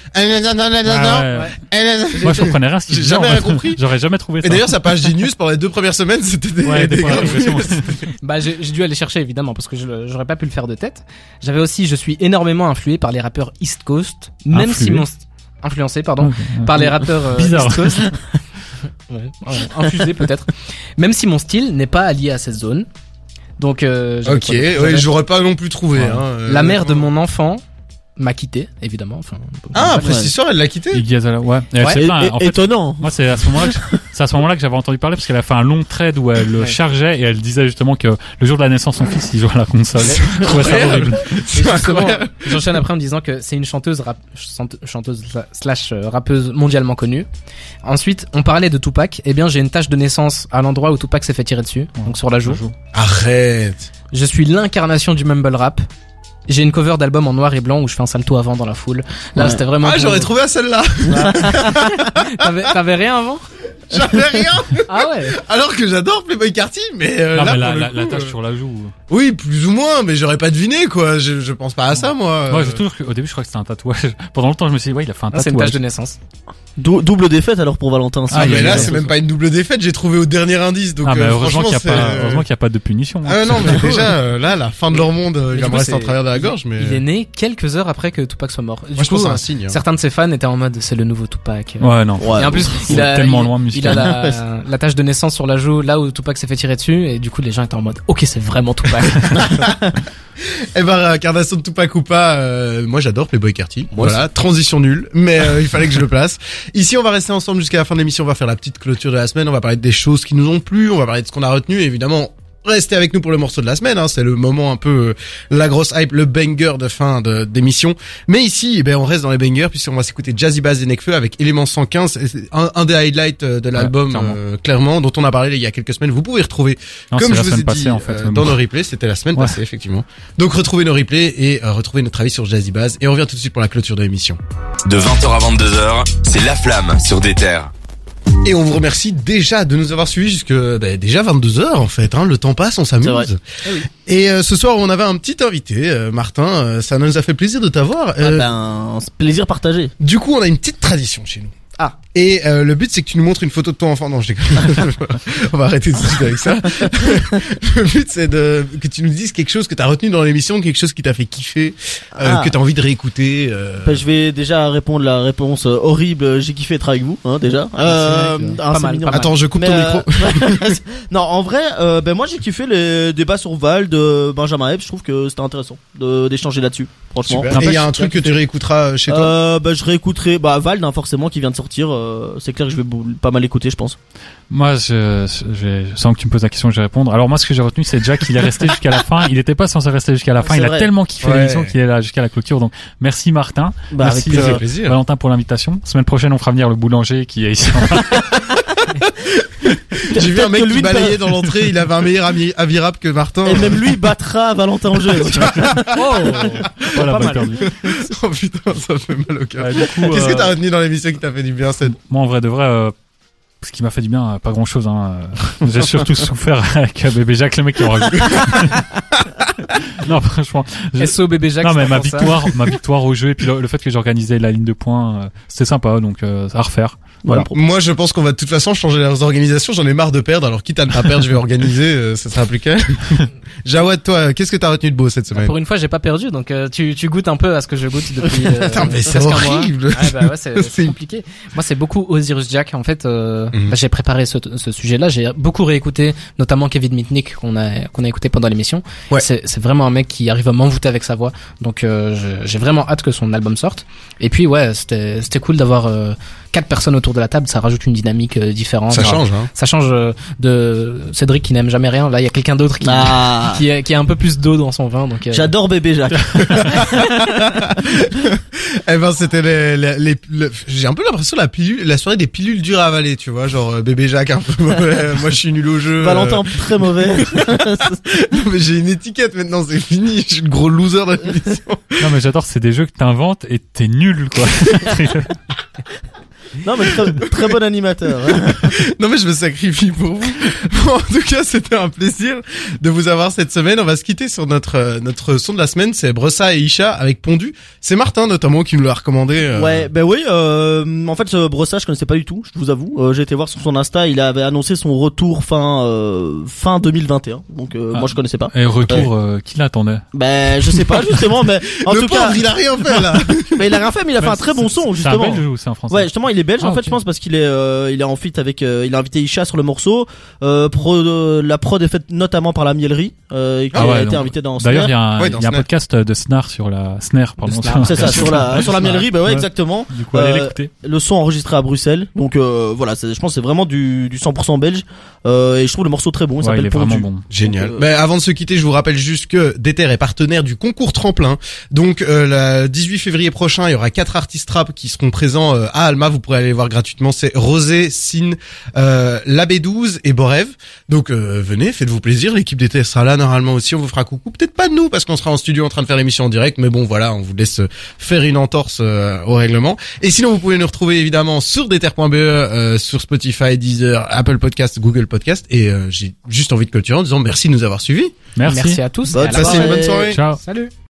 Speaker 4: Ah ouais. Moi, je comprenais rien. à ce qu'il
Speaker 2: J'ai
Speaker 4: disait, en
Speaker 2: jamais
Speaker 4: fait.
Speaker 2: rien compris.
Speaker 4: J'aurais jamais trouvé ça.
Speaker 2: Et d'ailleurs sa page Genius pendant les deux premières semaines c'était des,
Speaker 4: Ouais,
Speaker 2: des
Speaker 4: des points
Speaker 2: graphes.
Speaker 4: d'expression.
Speaker 3: Bah j'ai j'ai dû aller chercher évidemment parce que je le- j'aurais pas pu le faire de tête. J'avais aussi, je suis énormément influé par les rappeurs East Coast, même
Speaker 4: Influé.
Speaker 3: si mon st- influencé pardon par les rappeurs euh,
Speaker 4: Bizarre.
Speaker 3: East Coast. Ouais, ouais, infusé peut-être. Même si mon style n'est pas allié à cette zone. Donc euh, j'avais
Speaker 2: Ok,
Speaker 3: pas- j'avais-
Speaker 2: ouais, j'aurais pas non plus trouvé.
Speaker 4: Ouais.
Speaker 2: hein, euh,
Speaker 3: la mère de mon enfant m'a quitté évidemment. Enfin,
Speaker 2: Ah,
Speaker 5: Ouais.
Speaker 2: préciseur elle l'a quitté
Speaker 4: Iggy Azalea, ouais. Et elle s'est
Speaker 5: Et-
Speaker 4: plaint,
Speaker 5: et-
Speaker 4: en fait,
Speaker 5: étonnant.
Speaker 4: Moi, c'est à ce moment-là que, c'est à ce moment-là que j'avais entendu parler parce qu'elle a fait un long trade où elle le
Speaker 3: Ouais.
Speaker 4: chargeait et elle disait justement que le jour de la naissance, son fils, il joue à la console. Je trouvais ça horrible.
Speaker 2: C'est
Speaker 3: Justement,
Speaker 2: incroyable.
Speaker 3: J'enchaîne après en me disant que c'est une chanteuse, rap- chante- chanteuse sla- slash euh, rappeuse mondialement connue. Ensuite, on parlait de Tupac. Eh bien, j'ai une tache de naissance à l'endroit où Tupac s'est fait tirer dessus,
Speaker 4: Ouais.
Speaker 3: donc sur la joue.
Speaker 2: Arrête.
Speaker 3: Je suis l'incarnation du mumble rap. J'ai une cover d'album en noir et blanc où je fais un salto avant dans la foule. Là,
Speaker 5: Ouais.
Speaker 3: c'était vraiment.
Speaker 2: Ah
Speaker 3: pour-
Speaker 2: j'aurais trouvé à celle-là.
Speaker 3: T'avais t'avais rien avant
Speaker 2: J'avais rien.
Speaker 3: Ah ouais.
Speaker 2: Alors que j'adore Playboy Carty mais euh,
Speaker 4: Non,
Speaker 2: là
Speaker 4: mais
Speaker 2: pour
Speaker 4: la,
Speaker 2: le
Speaker 4: la,
Speaker 2: coup,
Speaker 4: la tâche
Speaker 2: euh,
Speaker 4: sur la joue.
Speaker 2: Oui plus ou moins mais j'aurais pas deviné quoi. Je, je pense pas à ça moi.
Speaker 4: Moi,
Speaker 2: Euh,
Speaker 4: je toujours que- au début, je crois que c'était un tatouage. Pendant longtemps, je me suis dit, ouais, il a fait un
Speaker 3: Ah, c'est une tache
Speaker 4: tatouage.
Speaker 3: de naissance.
Speaker 5: Dou- double défaite alors pour Valentin.
Speaker 4: Ah,
Speaker 2: Ah,
Speaker 4: il y
Speaker 2: mais
Speaker 4: a
Speaker 2: là,
Speaker 4: des
Speaker 2: c'est même pas une double défaite, j'ai trouvé au dernier indice, donc
Speaker 4: Ah, bah,
Speaker 2: euh,
Speaker 4: heureusement qu'il n'y a
Speaker 2: franchement,
Speaker 4: pas,
Speaker 2: c'est-
Speaker 4: heureusement qu'il y a pas de punition. hein.
Speaker 2: Ah non, mais déjà, euh, là, la fin de leur monde, euh,
Speaker 3: Mais
Speaker 2: il
Speaker 3: du
Speaker 2: va me
Speaker 3: coup,
Speaker 2: rester en
Speaker 3: c'est-
Speaker 2: travers de la gorge, mais...
Speaker 3: Il est né quelques heures après que Tupac soit mort. Du
Speaker 2: Euh. Moi, je trouve
Speaker 3: coup,
Speaker 2: que c'est
Speaker 3: euh,
Speaker 2: un signe. hein.
Speaker 3: certains de ses fans étaient en mode c'est le nouveau Tupac.
Speaker 4: Ouais, non.
Speaker 5: Ouais,
Speaker 3: et en plus,
Speaker 4: c'est
Speaker 3: il a,
Speaker 4: tellement
Speaker 3: il,
Speaker 4: loin
Speaker 3: il a
Speaker 4: musicalement.
Speaker 3: la, la tache de naissance sur la joue, là où Tupac s'est fait tirer dessus, et du coup les gens étaient en mode, ok c'est vraiment Tupac.
Speaker 2: Eh ben, incarnation de Tupac ou pas, euh, moi, j'adore Playboy Carty. Voilà, transition nulle, mais euh, il fallait que je le place. Ici, on va rester ensemble jusqu'à la fin de l'émission, on va faire la petite clôture de la semaine, on va parler des choses qui nous ont plu, on va parler de ce qu'on a retenu, et évidemment... Restez avec nous pour le morceau de la semaine, hein, c'est le moment un peu euh, la grosse hype, le banger de fin de- d'émission. Mais ici, eh ben, on reste dans les bangers puisqu'on va s'écouter Jazzy Bass des Necfeu avec Élément 115, et c'est un, un des highlights euh, de l'album,
Speaker 4: clairement.
Speaker 2: euh, clairement, dont on a parlé il y a quelques semaines. Vous pouvez retrouver,
Speaker 4: Non,
Speaker 2: comme
Speaker 4: c'est
Speaker 2: je vous
Speaker 4: la
Speaker 2: ai dit,
Speaker 4: semaine passée, en fait.
Speaker 2: euh,
Speaker 4: même.
Speaker 2: dans nos replays, c'était la semaine
Speaker 4: Ouais.
Speaker 2: passée, effectivement. Donc retrouvez nos replays et euh, retrouvez notre avis sur Jazzy Bass. Et on revient tout de suite pour la clôture de l'émission.
Speaker 1: De 20h à 22h, c'est La Flamme sur des terres.
Speaker 2: Et on vous remercie déjà de nous avoir suivis jusque bah, déjà 22 heures en fait. Hein, le temps passe, on
Speaker 5: C'est vrai. Ah
Speaker 2: s'amuse. Et euh, ce soir, on avait un petit invité, euh, Martin. euh, ça nous a fait plaisir de t'avoir.
Speaker 5: Ah
Speaker 2: Euh,
Speaker 5: ben, c'est plaisir partagé.
Speaker 2: Du coup, on a une petite tradition chez nous.
Speaker 5: Ah.
Speaker 2: Et euh, le but, c'est que tu nous montres une photo de ton enfant. Non, je déconne. on va arrêter tout de suite avec ça. le but, c'est de que tu nous dises quelque chose que t'as retenu dans l'émission, quelque chose qui t'a fait kiffer, euh,
Speaker 5: Ah.
Speaker 2: que t'as envie de réécouter. euh.
Speaker 5: Bah, je vais déjà répondre la réponse euh, horrible. euh, J'ai kiffé être avec vous, hein, déjà. Euh,
Speaker 3: c'est vrai que-
Speaker 5: ah,
Speaker 3: pas
Speaker 5: c'est
Speaker 3: mal,
Speaker 5: mignon.
Speaker 3: pas mal.
Speaker 2: Attends, je coupe
Speaker 5: Mais,
Speaker 2: ton
Speaker 5: euh,
Speaker 2: micro.
Speaker 5: non, en vrai, euh, ben moi j'ai kiffé les débats sur Val de Benjamin Epps. Je trouve que c'était intéressant de- d'échanger là-dessus. Franchement.
Speaker 2: Super. Et il y a un truc que tu réécouteras chez toi.
Speaker 5: Euh, bah, je réécouterai bah Vald hein, forcément qui vient de sortir euh, c'est clair que je vais bou- pas mal écouter je pense
Speaker 4: Moi, je, je, je- sans que tu me poses la question, je vais répondre. Alors moi, ce que j'ai retenu, c'est déjà qu'il est resté jusqu'à la fin. Il n'était pas censé rester jusqu'à la fin.
Speaker 5: C'est
Speaker 4: Il a
Speaker 5: vrai.
Speaker 4: tellement kiffé
Speaker 2: Ouais.
Speaker 4: l'émission qu'il est là jusqu'à la clôture. Donc merci Martin,
Speaker 5: bah,
Speaker 4: Merci,
Speaker 5: avec plaisir.
Speaker 4: euh, Valentin pour l'invitation. Semaine prochaine, on fera venir le boulanger qui est ici.
Speaker 2: J'ai vu un mec
Speaker 5: peut-être que
Speaker 2: qui
Speaker 5: lui ne
Speaker 2: balayait dans l'entrée, il avait un meilleur ami, avis rap que Martin.
Speaker 5: et même lui battra Valentin Angers
Speaker 4: voilà,
Speaker 5: Pas
Speaker 4: bonne
Speaker 5: mal.
Speaker 4: perdue.
Speaker 2: oh putain, ça fait mal au cœur.
Speaker 4: Ouais, du coup,
Speaker 2: Qu'est-ce que
Speaker 4: euh,
Speaker 2: t'as retenu dans l'émission qui t'a fait du bien cette
Speaker 4: Moi, en vrai de vrai, euh, ce qui m'a fait du bien, euh, pas grand chose. Hein. Euh, J'ai surtout souffert avec euh, bébé Jacques, le mec qui en rajoute. non, franchement. je-
Speaker 3: SO bébé Jacques.
Speaker 4: non, mais
Speaker 3: c'est
Speaker 4: ma
Speaker 3: pour ça.
Speaker 4: victoire, ma victoire au jeu et puis le, le fait que j'organisais la ligne de points, euh, c'était sympa, donc euh, à refaire.
Speaker 5: voilà
Speaker 2: Moi, je pense qu'on va de toute façon changer les organisations. J'en ai marre de perdre. Alors, quitte à ne pas perdre, je vais organiser. euh, ça sera plus calme. Jawad, toi, qu'est-ce que t'as retenu de beau cette semaine
Speaker 3: Pour une fois, j'ai pas perdu, donc euh, tu, tu goûtes un peu à ce que je goûte depuis. euh,
Speaker 2: Putain, mais c'est
Speaker 3: presque un mois.
Speaker 2: horrible.
Speaker 3: Ouais, bah ouais, c'est
Speaker 2: C'est-
Speaker 3: c'est compliqué. Moi, c'est beaucoup Osiris Jack. En fait, euh,
Speaker 2: Mhm.
Speaker 3: bah, j'ai préparé ce, ce sujet-là. J'ai beaucoup réécouté, notamment Kevin Mitnick qu'on a qu'on a écouté pendant l'émission.
Speaker 2: Ouais.
Speaker 3: C'est c'est vraiment un mec qui arrive à m'envoûter avec sa voix. Donc, euh, je- j'ai vraiment hâte que son album sorte. Et puis, ouais, c'était c'était cool d'avoir euh, quatre personnes autour de la table. Ça rajoute une dynamique euh, différente.
Speaker 2: Ça change, hein.
Speaker 3: Ça change euh, de Cédric qui n'aime jamais rien. Là, il y a quelqu'un d'autre qui,
Speaker 5: Ah.
Speaker 3: qui, a, qui a un peu plus d'eau dans son vin. Donc, euh,
Speaker 5: j'adore bébé Jacques
Speaker 2: Eh ben, c'était les, les, les- le- j'ai un peu l'impression la pilule, la soirée des pilules dures à avaler, tu vois, genre euh, bébé Jacques un peu. ouais, moi, je suis nul au jeu. euh,
Speaker 5: Valentin très mauvais
Speaker 2: non, mais j'ai une étiquette maintenant, c'est fini. Je suis le gros loser de l'émission.
Speaker 4: Non, mais j'adore, c'est des jeux que t'inventes et t'es nul, quoi.
Speaker 5: non mais très, très bon animateur hein.
Speaker 2: Non mais je me sacrifie pour vous. Bon, en tout cas, c'était un plaisir de vous avoir cette semaine. On va se quitter sur notre euh, notre son de la semaine, c'est Bressa et Isha avec Pondu. C'est Martin notamment qui nous l'a recommandé. euh,
Speaker 5: Ouais, ben oui. euh, en fait, ce brossage, je connaissais pas du tout. Je vous avoue. Euh, J'ai été voir sur son Insta. Il avait annoncé son retour fin euh, fin 2021. Donc euh,
Speaker 4: Ah.
Speaker 5: moi, je connaissais pas.
Speaker 4: Et retour, euh, qui l'attendait
Speaker 5: Ben je sais pas justement. mais en
Speaker 2: le
Speaker 5: tout
Speaker 2: pauvre,
Speaker 5: cas,
Speaker 2: il a rien fait là.
Speaker 5: mais il a rien fait. Mais il a fait un très bon son
Speaker 4: C'est un
Speaker 5: justement.
Speaker 4: belge ou c'est un français
Speaker 5: Ouais, justement, il est belge
Speaker 4: Ah,
Speaker 5: en fait,
Speaker 4: ok.
Speaker 5: je pense, parce qu'il est, euh, il est en feat avec, euh, il a invité Isha sur le morceau. Euh, pro, euh, la prod est faite notamment par la Mielerie, euh, et qui
Speaker 4: Ah ouais,
Speaker 5: a été
Speaker 4: donc,
Speaker 5: invité dans.
Speaker 4: D'ailleurs, il y a un,
Speaker 2: Ouais,
Speaker 4: il y
Speaker 2: dans
Speaker 4: a un
Speaker 2: Snare.
Speaker 4: podcast de Snar sur la Snare, pardon.
Speaker 3: Snare.
Speaker 5: C'est ça, sur la, sur la Mielerie, bah ouais,
Speaker 4: Ouais.
Speaker 5: exactement.
Speaker 4: Du coup, allez
Speaker 5: Euh,
Speaker 4: l'écouter.
Speaker 5: Le son enregistré à Bruxelles, donc euh, voilà, c'est- je pense que c'est vraiment du, du 100% belge. Euh, et je trouve le morceau très bon. Il
Speaker 4: Ouais, il
Speaker 5: s'appelle
Speaker 4: est vraiment
Speaker 5: Pondu.
Speaker 4: bon.
Speaker 2: Génial.
Speaker 5: Euh,
Speaker 2: Mais avant de se quitter, je vous rappelle juste que Déter est partenaire du concours tremplin. Donc euh, le 18 février prochain, il y aura quatre artistes rap qui seront présents euh, à Alma. Vous pourrez aller les voir gratuitement. C'est Rosé, Sin, euh, l'abbé 12 et Borev. Donc euh, venez, faites-vous plaisir. L'équipe Déter sera là normalement aussi. On vous fera coucou. Peut-être pas nous parce qu'on sera en studio en train de faire l'émission en direct. Mais bon voilà, on vous laisse euh, faire une entorse euh, au règlement. Et sinon, vous pouvez nous retrouver évidemment sur déter.be, euh, sur Spotify, Deezer, Apple Podcast, Google Podcast. Et euh, j'ai juste envie de clôturer en disant merci de nous avoir suivis.
Speaker 4: Merci.
Speaker 3: merci à tous. et à la
Speaker 5: Bah,
Speaker 2: Passez une
Speaker 3: prochaine.
Speaker 2: bonne soirée.
Speaker 4: Ciao.
Speaker 3: Salut.